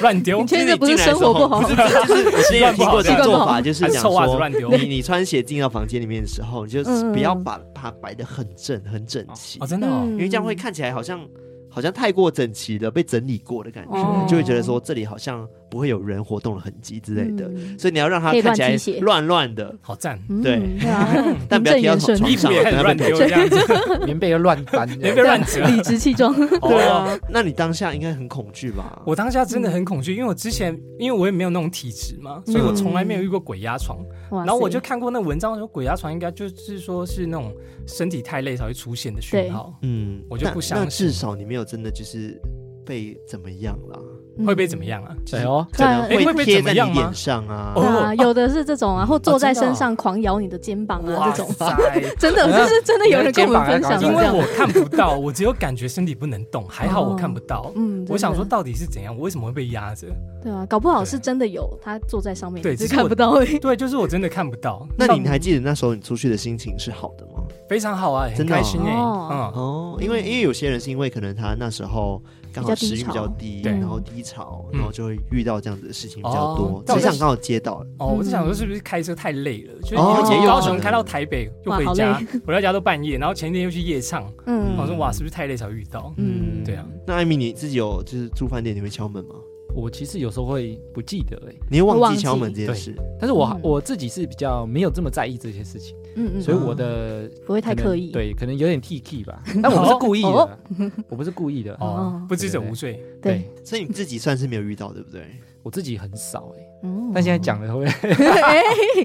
Speaker 3: 乱丢
Speaker 2: 你，确定这不
Speaker 1: 就是你进来
Speaker 2: 生
Speaker 1: 的时候
Speaker 2: 活不好
Speaker 1: 不？是，不是就是我之前有听过这
Speaker 2: 习惯
Speaker 1: 个
Speaker 2: 不好
Speaker 1: 做法，就是
Speaker 3: 还是
Speaker 1: 讲
Speaker 3: 臭袜子
Speaker 1: 说，
Speaker 3: 乱丢？
Speaker 1: 你你穿鞋进到房间里面的时候，你就
Speaker 2: 嗯嗯
Speaker 1: 不要把它摆得很正很整齐嗯
Speaker 3: 哦，，真的哦，
Speaker 2: 嗯
Speaker 1: 因为这样会看起来好像。好像太过整齐了，被整理过的感觉，
Speaker 2: 哦
Speaker 1: 就会觉得说这里好像不会有人活动的痕迹之类的。
Speaker 2: 嗯
Speaker 1: 所以你要让它
Speaker 2: 可以
Speaker 1: 看起
Speaker 2: 乱
Speaker 1: 来
Speaker 2: 踢鞋
Speaker 1: 乱乱的，
Speaker 3: 好赞，
Speaker 2: 嗯
Speaker 1: 对
Speaker 2: 对 啊，
Speaker 1: 但不要
Speaker 2: 名正
Speaker 1: 踢到床
Speaker 2: 言顺
Speaker 1: 床
Speaker 3: 衣服
Speaker 1: 上，
Speaker 3: 也
Speaker 1: 等它
Speaker 3: 开
Speaker 1: 被
Speaker 3: 始乱
Speaker 1: 偷
Speaker 3: 丢这样子，
Speaker 4: 棉被又乱翻，
Speaker 3: 别被乱折。
Speaker 2: 理直气 壮，
Speaker 1: 对
Speaker 3: 哦，
Speaker 1: 啊，那你当下应该很恐惧吧？
Speaker 3: 我当下真的很恐惧，因为我之前因为我也没有那种体质嘛，所以我从来没有遇过鬼压床。
Speaker 2: 哇塞
Speaker 3: 然后我就看过那文章说，鬼压床应该就是说是那种身体太累才会出现的讯号，
Speaker 1: 嗯，
Speaker 3: 我就不相
Speaker 1: 那
Speaker 3: 信
Speaker 1: 那至少你没有真的就是被怎么样啦，
Speaker 2: 嗯啊
Speaker 3: 会被怎么样啊？
Speaker 4: 对哦，
Speaker 1: 可能
Speaker 3: 哎会被
Speaker 1: 贴
Speaker 3: 怎么
Speaker 1: 在你
Speaker 3: 样吗
Speaker 1: 脸上啊。
Speaker 3: 哦
Speaker 2: 对啊，有的是这种啊，或坐在
Speaker 3: 真的哦
Speaker 2: 身上狂咬你的肩膀啊
Speaker 3: 哇
Speaker 2: 这种，
Speaker 3: 塞！
Speaker 2: 真的，这是真的有人跟我们分享
Speaker 4: 长
Speaker 2: 的
Speaker 3: 因
Speaker 2: 这
Speaker 3: 为
Speaker 2: 样。
Speaker 3: 我看不到，我只有感觉身体不能动，还好我看不到。
Speaker 2: 嗯，
Speaker 3: 我想说，
Speaker 2: 到
Speaker 3: 到底是怎样？我为什么会被压着？
Speaker 2: 对啊，搞不好是真的有他坐在上面，
Speaker 3: 对
Speaker 2: 只
Speaker 3: 只
Speaker 2: 是
Speaker 3: 是
Speaker 2: 看
Speaker 3: 我
Speaker 2: 不到而已。
Speaker 3: 对，就是我真的看不到。
Speaker 1: 那你还记得那时候你出去的心情是好的吗？
Speaker 3: 非常好啊，
Speaker 1: 真
Speaker 3: 很
Speaker 1: 的哦
Speaker 3: 开心哎、嗯，
Speaker 1: 哦，因为因为有些人是因为可能他那时候刚好食欲比较低，
Speaker 3: 对
Speaker 1: 然后低潮，
Speaker 3: 嗯
Speaker 1: 然后就会遇到这样子的事情比较多
Speaker 3: 哦，
Speaker 1: 职场刚好接到了，
Speaker 3: 哦，我就想
Speaker 2: 嗯
Speaker 3: 说是不是开车太累了，就是
Speaker 1: 哦
Speaker 3: 因为
Speaker 2: 也
Speaker 3: 从
Speaker 2: 有
Speaker 3: 高
Speaker 1: 可
Speaker 3: 雄
Speaker 1: 能
Speaker 3: 开到台北又
Speaker 2: 哇
Speaker 3: 回
Speaker 2: 好
Speaker 3: 家
Speaker 2: 累，
Speaker 3: 回到家都半夜，然后前一天又去夜唱，
Speaker 2: 嗯
Speaker 3: 我说哇，是不是太累才会遇到？
Speaker 2: 嗯
Speaker 3: 对啊，
Speaker 1: 那艾米你自己有就是住饭店你会敲门吗？
Speaker 4: 我其实有时候会不记得哎、
Speaker 1: 你会
Speaker 2: 忘
Speaker 1: 忘
Speaker 2: 记
Speaker 1: 记敲门这件事？
Speaker 4: 但是我、
Speaker 2: 嗯
Speaker 4: 我自己是比较没有这么在意这些事情，
Speaker 2: 嗯嗯，
Speaker 4: 所以我的
Speaker 2: 不会太
Speaker 4: 可能
Speaker 2: 刻意。
Speaker 4: 对，可能有点 T K 吧，但我不是故意的
Speaker 2: 哦，
Speaker 4: 我不是故意的，
Speaker 3: 哦
Speaker 2: 哦，
Speaker 3: 不知者无罪。
Speaker 2: 对，，
Speaker 1: 所以你自己算是没有遇到，对 不对？
Speaker 4: 我自己很少哎、
Speaker 2: 嗯
Speaker 4: 但现在讲了会不会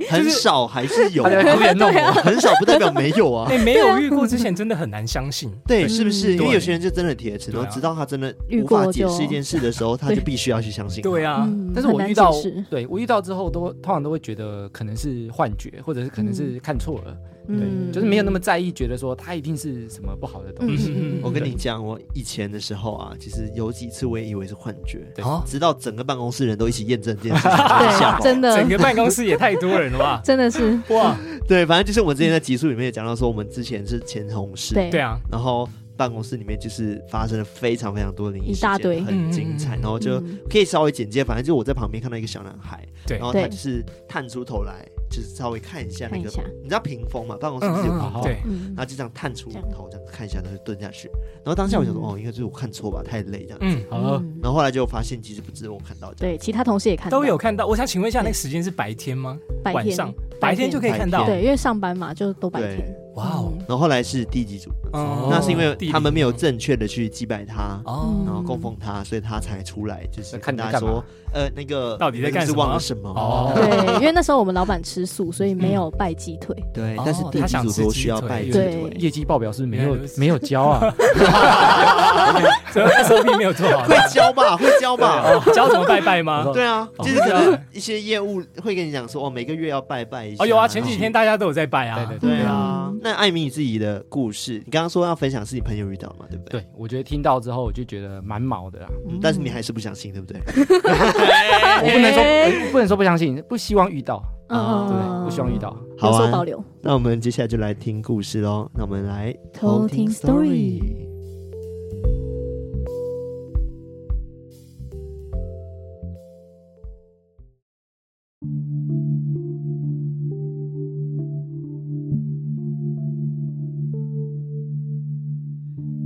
Speaker 1: 很少 还是有啊
Speaker 4: 大，家会不会弄
Speaker 3: 啊
Speaker 4: 我？
Speaker 1: 很少不代表没有啊。
Speaker 3: 哎、没有遇过之前真的很难相信。
Speaker 1: 对，是不是？
Speaker 2: 嗯
Speaker 1: 因为有些人就真的铁齿，
Speaker 3: 啊对
Speaker 1: 然
Speaker 3: 啊
Speaker 1: 后直到他真的
Speaker 2: 遇
Speaker 1: 无
Speaker 2: 过
Speaker 1: 法
Speaker 2: 就
Speaker 1: 解释一件事的时候，他就必须要去相信。
Speaker 3: 对，啊，
Speaker 2: 嗯
Speaker 4: 但是我
Speaker 2: 很难
Speaker 4: 遇到
Speaker 2: 解释，
Speaker 4: 对我遇到之后都通常都会觉得可能是幻觉，或者是可能是看错了，
Speaker 2: 嗯
Speaker 4: 对，就是没有那么在意，觉得说它一定是什么不好的东西。
Speaker 2: 嗯
Speaker 1: 我跟你讲，我以前的时候啊，其实有几次我也以为是幻觉，
Speaker 4: 对
Speaker 3: 哦，
Speaker 1: 直到整个办公室人都一起验证这件事 情，吓
Speaker 2: 对，啊
Speaker 1: 爆
Speaker 2: 真
Speaker 3: 整
Speaker 2: 的？
Speaker 3: 个办公室也太多人了吧
Speaker 2: 真的是
Speaker 3: 哇，
Speaker 1: 对，反正就是我们之前在集数里面也讲到说，我们之前是前同事，
Speaker 2: 对
Speaker 3: 对啊，
Speaker 1: 然后办公室里面就是发生了非常非常多的灵异
Speaker 2: 一
Speaker 1: 事
Speaker 2: 大
Speaker 1: 件
Speaker 2: 堆
Speaker 1: 很精彩，
Speaker 3: 嗯
Speaker 1: 然后就
Speaker 2: 嗯
Speaker 1: 可以稍微简介，反正就我在旁边看到一个小男孩，
Speaker 3: 对
Speaker 1: 然后他
Speaker 2: 对
Speaker 1: 就是探出头来，就是稍微看一下那
Speaker 2: 看一
Speaker 1: 个，
Speaker 2: 下
Speaker 1: 你知道屏风嘛，办公室
Speaker 3: 嗯
Speaker 1: 不是有
Speaker 3: 嗯
Speaker 1: 屏
Speaker 3: 嗯，
Speaker 1: 风，
Speaker 3: 对，
Speaker 2: 嗯
Speaker 1: 然后就这样探出
Speaker 2: 这样
Speaker 1: 头这样看一下，然后就蹲下去，然后当下我想说，
Speaker 2: 嗯
Speaker 1: 哦，应该就是我看错吧，太累这样，
Speaker 3: 嗯，
Speaker 4: 好，
Speaker 2: 嗯
Speaker 1: 然后后来就发现其实不止我看到这样，
Speaker 2: 对，其他同事也看到
Speaker 3: 都有看到。我想请问一下，那个时间是白天吗？
Speaker 2: 白
Speaker 3: 晚
Speaker 2: 天
Speaker 3: 上，
Speaker 2: 白
Speaker 3: 白
Speaker 2: 天
Speaker 3: 天就可以看到。
Speaker 1: 白
Speaker 2: 对，因为上班嘛，就都白天。嗯
Speaker 3: 哇哦，
Speaker 1: 然后后来是地基组，
Speaker 3: 哦
Speaker 1: 那是因为
Speaker 3: 地理
Speaker 1: 他们没有正确的去祭拜他，
Speaker 3: 哦，
Speaker 1: 然后供奉他，所以他才出来，就是跟
Speaker 4: 看你在
Speaker 1: 大
Speaker 4: 干
Speaker 1: 家
Speaker 4: 嘛
Speaker 1: 说，呃，那个
Speaker 3: 到底在
Speaker 1: 那个
Speaker 3: 干
Speaker 1: 是
Speaker 3: 什么
Speaker 1: 忘了什么？
Speaker 3: 哦
Speaker 2: 对，因为那时候我们老板吃素，所以没有拜鸡腿。
Speaker 1: 对
Speaker 3: 哦，
Speaker 1: 但是地
Speaker 3: 他
Speaker 1: 基
Speaker 3: 想
Speaker 1: 组
Speaker 3: 吃
Speaker 1: 说
Speaker 3: 鸡
Speaker 1: 需要
Speaker 3: 腿
Speaker 1: 拜鸡
Speaker 2: 对
Speaker 1: 腿，
Speaker 4: 业绩报表是没
Speaker 3: 原
Speaker 4: 有
Speaker 3: 来如此
Speaker 4: 没有交 啊，
Speaker 2: 嗯
Speaker 3: 所以 SOP 没有做 好。
Speaker 1: 会教吧，会教吧。
Speaker 3: 哦教怎么拜拜吗？
Speaker 1: 对啊，
Speaker 3: 哦
Speaker 1: 就是可能一些业务会跟你讲说，哦，每个月要拜拜一下。
Speaker 3: 哦，有啊，前几天
Speaker 1: 然后
Speaker 3: 大家都有在拜啊。
Speaker 4: 对对
Speaker 1: 对啊。那艾米你自己的故事，你刚刚说要分享是你朋友遇到嘛，对不对？
Speaker 4: 对我觉得听到之后我就觉得蛮毛的啊啦，
Speaker 1: 嗯但是你还是不相信，对不对？
Speaker 4: 我不能说不能说不相信，不希望遇到，
Speaker 2: 嗯嗯
Speaker 4: 对不
Speaker 2: 嗯，
Speaker 4: 对，不希望遇到。
Speaker 1: 好
Speaker 2: 有
Speaker 1: 啊
Speaker 2: 所保留。
Speaker 1: 那我们接下来就来听故事喽。那我们来
Speaker 2: 偷听 story。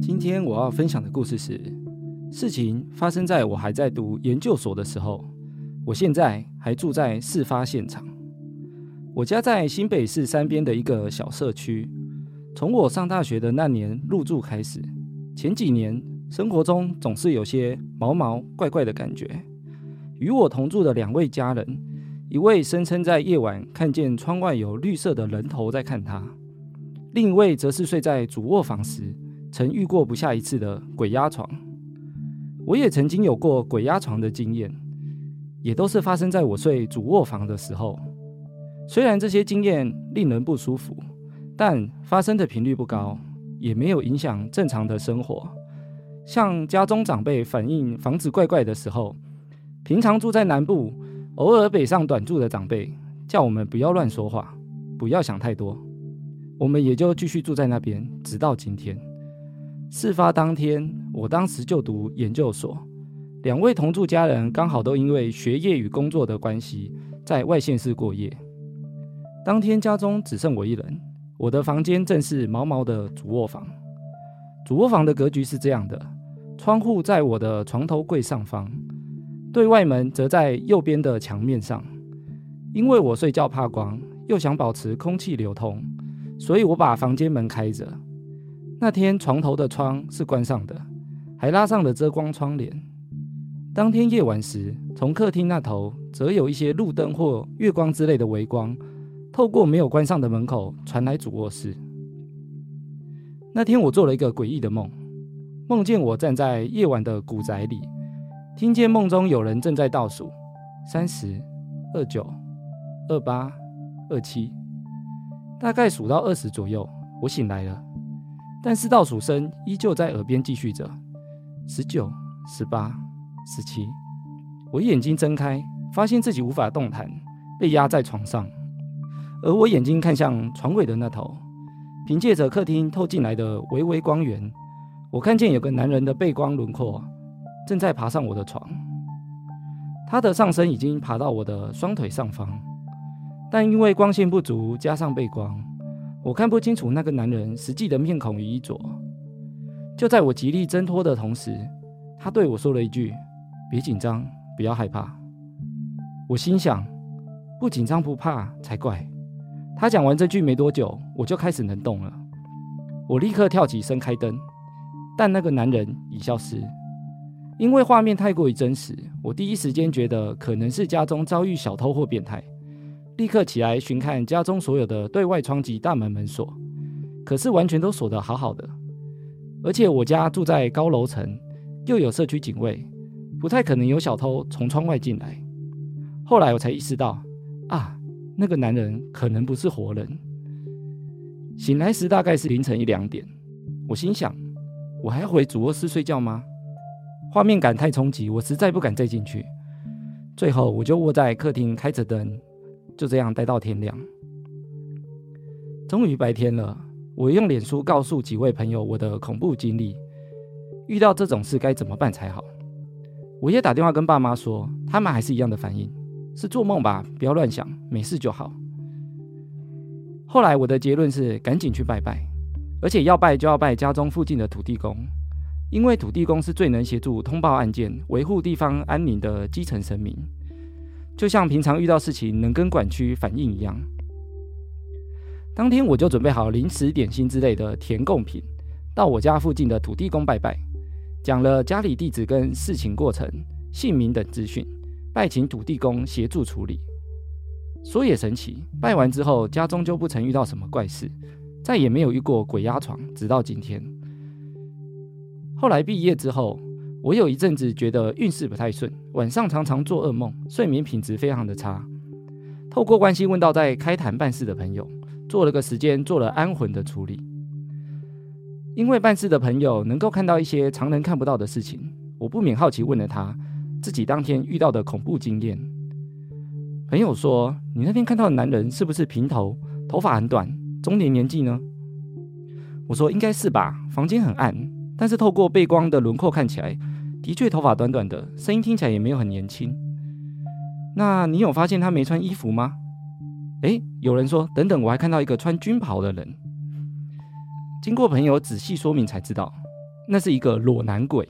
Speaker 4: 今天我要分享的故事是，事情发生在我还在读研究所的时候。我现在还住在事发现场。我家在新北市山边的一个小社区。从我上大学的那年入住开始，前几年生活中总是有些毛毛怪怪的感觉。与我同住的两位家人，一位声称在夜晚看见窗外有绿色的人头在看他，另一位则是睡在主卧房时曾遇过不下一次的鬼压床。我也曾经有过鬼压床的经验，也都是发生在我睡主卧房的时候。虽然这些经验令人不舒服，但发生的频率不高，也没有影响正常的生活。像家中长辈反映房子怪怪的时候，平常住在南部，偶尔北上短住的长辈叫我们不要乱说话，不要想太多。我们也就继续住在那边，直到今天。事发当天，我当时就读研究所，两位同住家人刚好都因为学业与工作的关系，在外县市过夜。当天家中只剩我一人，我的房间正是毛毛的主卧房。主卧房的格局是这样的：窗户在我的床头柜上方，对外门则在右边的墙面上。因为我睡觉怕光，又想保持空气流通，所以我把房间门开着。那天床头的窗是关上的，还拉上了遮光窗帘。当天夜晚时，从客厅那头则有一些路灯或月光之类的微光，透过没有关上的门口传来主卧室。那天我做了一个诡异的梦，梦见我站在夜晚的古宅里，听见梦中有人正在倒数：三十、二九、二八、二七，大概数到二十左右，我醒来了，但是倒数声依旧在耳边继续着：十九、十八、十七。我眼睛睁开，发现自己无法动弹，被压在床上，而我眼睛看向床尾的那头。凭借着客厅透进来的微微光源，我看见有个男人的背光轮廓正在爬上我的床，他的上身已经爬到我的双腿上方，但因为光线不足加上背光，我看不清楚那个男人实际的面孔与衣着。就在我极力挣脱的同时，他对我说了一句：“别紧张，不要害怕。”我心想，不紧张不怕才怪。他讲完这句没多久，我就开始能动了。我立刻跳起身开灯，但那个男人已消失。因为画面太过于真实，我第一时间觉得可能是家中遭遇小偷或变态，立刻起来寻看家中所有的对外窗及大门门锁，可是完全都锁得好好的。而且我家住在高楼层，又有社区警卫，不太可能有小偷从窗外进来。后来我才意识到，啊，那个男人可能不是活人。醒来时大概是凌晨一两点，我心想，我还要回主卧室睡觉吗？画面感太冲击，我实在不敢再进去。最后，我就卧在客厅开着灯，就这样待到天亮。终于白天了，我用脸书告诉几位朋友我的恐怖经历，遇到这种事该怎么办才好。我也打电话跟爸妈说，他们还是一样的反应。是做梦吧，不要乱想，没事就好。后来我的结论是，赶紧去拜拜，而且要拜就要拜家中附近的土地公，因为土地公是最能协助通报案件、维护地方安宁的基层神明，就像平常遇到事情能跟管区反映一样。当天我就准备好零食、点心之类的甜贡品，到我家附近的土地公拜拜，讲了家里地址跟事情过程、姓名等资讯。拜请土地公协助处理。说也神奇，拜完之后家中就不曾遇到什么怪事，再也没有遇过鬼压床，直到今天。后来毕业之后，我有一阵子觉得运势不太顺，晚上常常做噩梦，睡眠品质非常的差。透过关系问到在开坛办事的朋友，做了个时间做了安魂的处理。因为办事的朋友能够看到一些常人看不到的事情，我不免好奇问了他，自己当天遇到的恐怖经验。朋友说：“你那天看到的男人是不是平头，头发很短，中年年纪呢？”我说：“应该是吧，房间很暗，但是透过背光的轮廓看起来，的确头发短短的，声音听起来也没有很年轻。”那你有发现他没穿衣服吗？诶，有人说：“等等，我还看到一个穿军袍的人。”经过朋友仔细说明才知道，那是一个裸男鬼。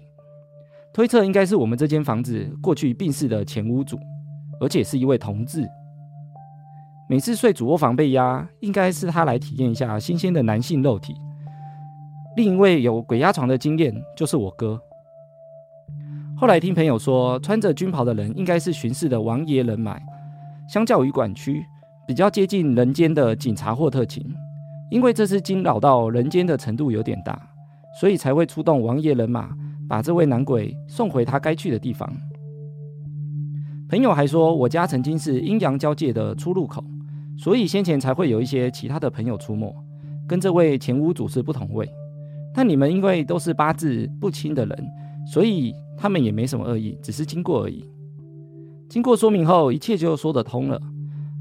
Speaker 4: 推测应该是我们这间房子过去病逝的前屋主，而且是一位同志。每次睡主卧房被压，应该是他来体验一下新鲜的男性肉体。另一位有鬼压床的经验就是我哥。后来听朋友说，穿着军袍的人应该是巡视的王爷人马，相较于管区，比较接近人间的警察或特勤，因为这次惊扰到人间的程度有点大，所以才会出动王爷人马把这位男鬼送回他该去的地方。朋友还说，我家曾经是阴阳交界的出入口，所以先前才会有一些其他的朋友出没，跟这位前屋主是不同位。但你们因为都是八字不清的人，所以他们也没什么恶意，只是经过而已。经过说明后，一切就说得通了。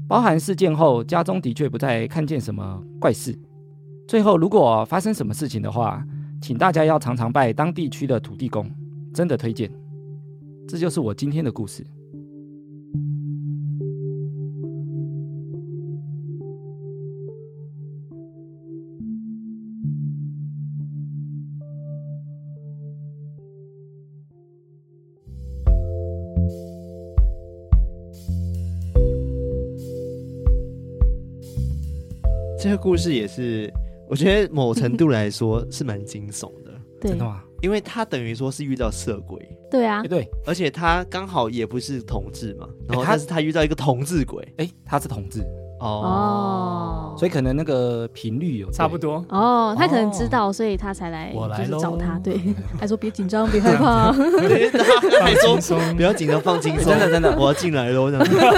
Speaker 4: 包含事件后，家中的确不再看见什么怪事。最后，如果发生什么事情的话，请大家要常常拜当地区的土地公，真的推荐。这就是我今天的故事。
Speaker 1: 这个故事也是，我觉得某程度来说是蛮惊悚的，
Speaker 2: 对
Speaker 4: 真的吗？
Speaker 1: 因为他等于说是遇到色鬼，
Speaker 2: 对啊
Speaker 4: 哎，，对，
Speaker 1: 而且他刚好也不是同志嘛，然后
Speaker 4: 他
Speaker 1: 但是他遇到一个同志鬼
Speaker 4: 哎，他是同志，
Speaker 2: 哦，
Speaker 4: 所以可能那个频率有
Speaker 3: 差不。多。
Speaker 2: 哦，他可能
Speaker 4: 哦
Speaker 2: 知道，所以他才来
Speaker 3: 我来
Speaker 2: 就是找
Speaker 3: 喽
Speaker 2: 他， 对，还说别紧张，别害怕，
Speaker 1: 对，他还说
Speaker 3: 放轻松
Speaker 1: 不要紧张，放轻松，
Speaker 4: 真的真的
Speaker 1: 我要进来喽，这样没有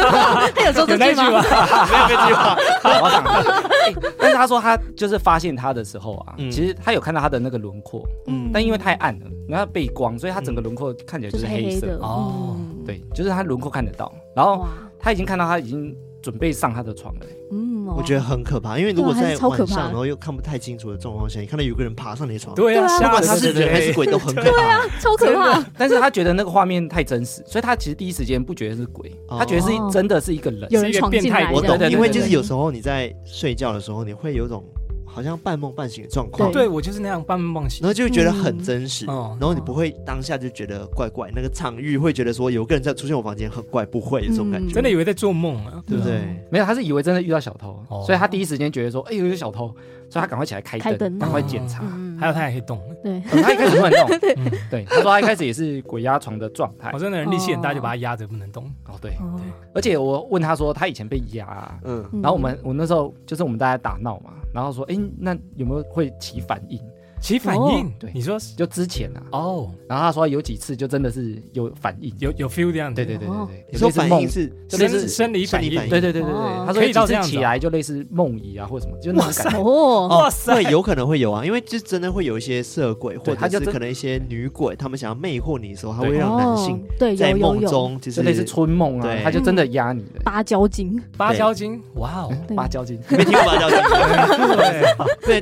Speaker 2: 他有说
Speaker 3: 有
Speaker 2: 这
Speaker 3: 那
Speaker 2: 句
Speaker 3: 句
Speaker 2: 吗？
Speaker 3: 吧？
Speaker 1: 这句话，
Speaker 4: 我想， 哎但是他说他就是发现他的时候啊，
Speaker 1: 嗯
Speaker 4: 其实他有看到他的那个轮廓，
Speaker 1: 嗯
Speaker 4: 但因为太暗了，然后它背光，所以他整个轮廓看起来
Speaker 2: 就是黑
Speaker 4: 黑
Speaker 2: 黑
Speaker 4: 色哦
Speaker 2: 的。
Speaker 3: 哦
Speaker 2: 嗯，
Speaker 4: 对，就是他轮廓看得到，然后
Speaker 2: 哇，
Speaker 4: 他已经看到他已经准备上他的床了。
Speaker 2: 嗯，
Speaker 1: 我觉
Speaker 2: 得
Speaker 1: 得很可怕，因为如果
Speaker 2: 对啊还
Speaker 1: 在
Speaker 2: 是超可
Speaker 1: 晚
Speaker 2: 怕
Speaker 1: 上，然后又看不太清楚的状况下，你看到有个人爬上你的床，
Speaker 3: 对啊，
Speaker 2: 对啊
Speaker 1: 不
Speaker 3: 吓
Speaker 1: 管
Speaker 3: 死
Speaker 1: 他是人还是鬼都很可怕。
Speaker 2: 啊超可怕，
Speaker 4: 但是他觉得那个画面太真实，所以他其实第一时间不觉得是鬼，
Speaker 1: 哦
Speaker 4: 他觉得是真的是一个人。
Speaker 2: 有人闯进来，
Speaker 3: 是一
Speaker 1: 我
Speaker 3: 个变态国
Speaker 2: 这
Speaker 1: 懂
Speaker 2: 样
Speaker 4: 对对，对
Speaker 1: 因为就是
Speaker 4: 对
Speaker 1: 有时候你在睡觉的时候，你会有一种好像半梦半醒的状况，
Speaker 2: 对
Speaker 3: 对我就是那样半梦半
Speaker 1: 然
Speaker 3: 醒。
Speaker 1: 后就会觉得很真实，
Speaker 3: 嗯
Speaker 1: 然后你不会当下就觉得怪怪，那个场域会觉得说有个人在出现我房间很怪，不会有这种感觉，
Speaker 3: 真的以为在做梦啊，
Speaker 1: 对不
Speaker 3: 啊？
Speaker 1: 对？
Speaker 4: 嗯没有，他是以为真的遇到小偷，
Speaker 3: 哦
Speaker 4: 所以他第一时间觉得说，哎、有有小偷，所以他赶快起来开
Speaker 2: 开灯
Speaker 4: 灯，赶快检查。
Speaker 2: 嗯，
Speaker 3: 还有他也可以动，
Speaker 2: 对，
Speaker 4: 呃他一开始乱 动，嗯对，他说他一开始也是鬼压床的状态
Speaker 3: 我。真的人力气很大，就把他压着不能动。
Speaker 4: 哦，对，
Speaker 2: 哦
Speaker 4: 而且我问他说他以前被压啊、
Speaker 1: 嗯，
Speaker 2: 嗯
Speaker 4: 然后我们我那时候就是我们大家打闹嘛，然后说，哎、那有没有会起反应？
Speaker 3: 起反应
Speaker 4: 哦，对
Speaker 3: 你说
Speaker 4: 就之前啊，
Speaker 3: 哦，
Speaker 4: 然后他说有几次就真的是有反应，
Speaker 3: 有有 feel 这样子，
Speaker 4: 对对对对对，
Speaker 1: 你
Speaker 4: 有
Speaker 1: 说
Speaker 4: 类似
Speaker 1: 反
Speaker 4: 梦
Speaker 1: 应是
Speaker 4: 就类
Speaker 3: 生
Speaker 4: 似
Speaker 3: 生理反
Speaker 1: 生理反
Speaker 3: 应
Speaker 1: 应，
Speaker 4: 对对对对对
Speaker 2: 哦，
Speaker 4: 他说
Speaker 3: 可以到这
Speaker 4: 次
Speaker 3: 样子
Speaker 4: 起
Speaker 3: 啊
Speaker 4: 来就类似梦遗啊，或者什么，就那种 感觉。
Speaker 2: 哦，
Speaker 1: 哦
Speaker 3: 哇，塞
Speaker 1: 会有可能会有啊，因为就真的会有一些色鬼，或
Speaker 4: 对他
Speaker 1: 者
Speaker 4: 就是真
Speaker 1: 可能一些女鬼，他们想要魅惑你的时候，他
Speaker 4: 对
Speaker 1: 会让男
Speaker 2: 哦
Speaker 1: 性
Speaker 2: 对
Speaker 1: 在
Speaker 2: 有有
Speaker 1: 梦
Speaker 2: 有
Speaker 1: 中就
Speaker 4: 就是类似春梦啊
Speaker 1: 对，
Speaker 4: 他就真的压你的
Speaker 2: 芭蕉精，
Speaker 3: 芭蕉精，哇哦，
Speaker 2: 嗯对
Speaker 4: 芭蕉精，
Speaker 1: 没听过吧？叫
Speaker 3: 对，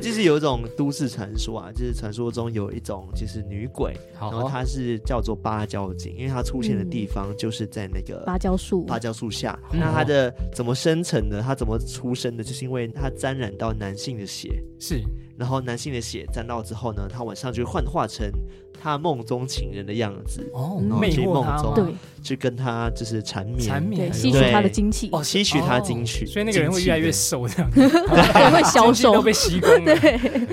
Speaker 1: 对，就是有一种都市传说啊，就是传说中有一种就是女鬼，然后
Speaker 4: 好，
Speaker 3: 哦
Speaker 1: 她是叫做芭蕉精，因为她出现的地方就是在那个
Speaker 2: 芭蕉树，
Speaker 1: 芭蕉树下。
Speaker 3: 嗯
Speaker 1: 那她的怎么生成的？她怎么出生的？就是因为她沾染到男性的血，
Speaker 3: 是
Speaker 1: 然后男性的血沾到之后呢，她晚上就会幻化成她梦中情人的样子，
Speaker 3: 哦，
Speaker 2: 嗯
Speaker 3: 魅惑他吗
Speaker 1: 梦中
Speaker 2: 对
Speaker 1: 去跟她就是缠绵，
Speaker 3: 缠
Speaker 2: 对，
Speaker 3: 绵，
Speaker 2: 吸取
Speaker 1: 对
Speaker 2: 它的精气，
Speaker 1: 哦，吸取她精血，
Speaker 3: 所以那个人会
Speaker 1: 精气
Speaker 3: 越来
Speaker 1: 对
Speaker 3: 越瘦，这样 子，
Speaker 2: 也会消
Speaker 3: 精气都
Speaker 2: 瘦，
Speaker 3: 被吸光 了，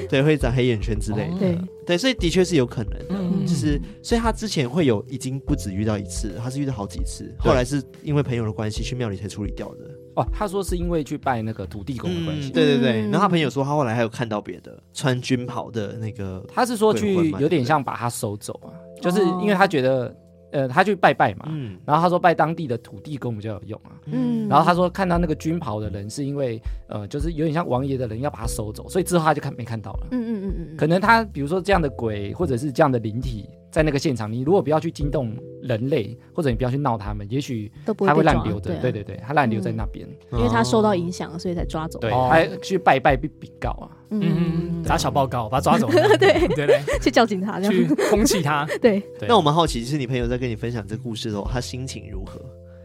Speaker 1: 对，会长黑眼圈之类的。
Speaker 3: 哦
Speaker 2: 对，
Speaker 1: 对，所以的确是有可能的。
Speaker 3: 嗯
Speaker 1: 就是，所以他之前会有已经不止遇到一次，他是遇到好几次，
Speaker 4: 对
Speaker 1: 后来是因为朋友的关系去庙里才处理掉的。
Speaker 4: 哦，他说是因为去拜那个土地公的关系，
Speaker 1: 对对对。
Speaker 2: 嗯
Speaker 1: 然后他朋友说，他后来还有看到别的穿军袍的那个，
Speaker 4: 他是说
Speaker 1: 鬼魂
Speaker 4: 去
Speaker 1: 嘛
Speaker 4: 有点像把他收走啊，就是因为他觉得，呃，他去拜拜嘛，
Speaker 1: 嗯，
Speaker 4: 然后他说拜当地的土地公比较有用啊，
Speaker 2: 嗯，
Speaker 4: 然后他说看到那个军袍的人是因为，呃，就是有点像王爷的人要把他收走，所以之后他就看没看到了。
Speaker 2: 嗯，嗯嗯嗯嗯，
Speaker 4: 可能他比如说这样的鬼或者是这样的灵体，在那个现场，你如果不要去惊动人类，或者你不要去闹他们，也许
Speaker 2: 都不
Speaker 4: 他
Speaker 2: 会
Speaker 4: 会
Speaker 2: 被抓
Speaker 4: 乱流的。
Speaker 2: 对
Speaker 4: 对
Speaker 2: 啊，
Speaker 4: 对对，他乱流在那边。
Speaker 2: 因为他受到
Speaker 1: 哦
Speaker 2: 影响，所以才抓走，
Speaker 4: 对，
Speaker 3: 哦
Speaker 4: 他去拜拜被禀告啊。
Speaker 3: 嗯，
Speaker 2: 嗯，
Speaker 3: 打小报告，把他抓 走，对对对，
Speaker 2: 去叫警察这
Speaker 3: 去
Speaker 2: 样，
Speaker 3: 通缉他，
Speaker 2: 对，
Speaker 4: 对
Speaker 1: 那我们好奇，就是你朋友在跟你分享这故事的时候，他心情如何？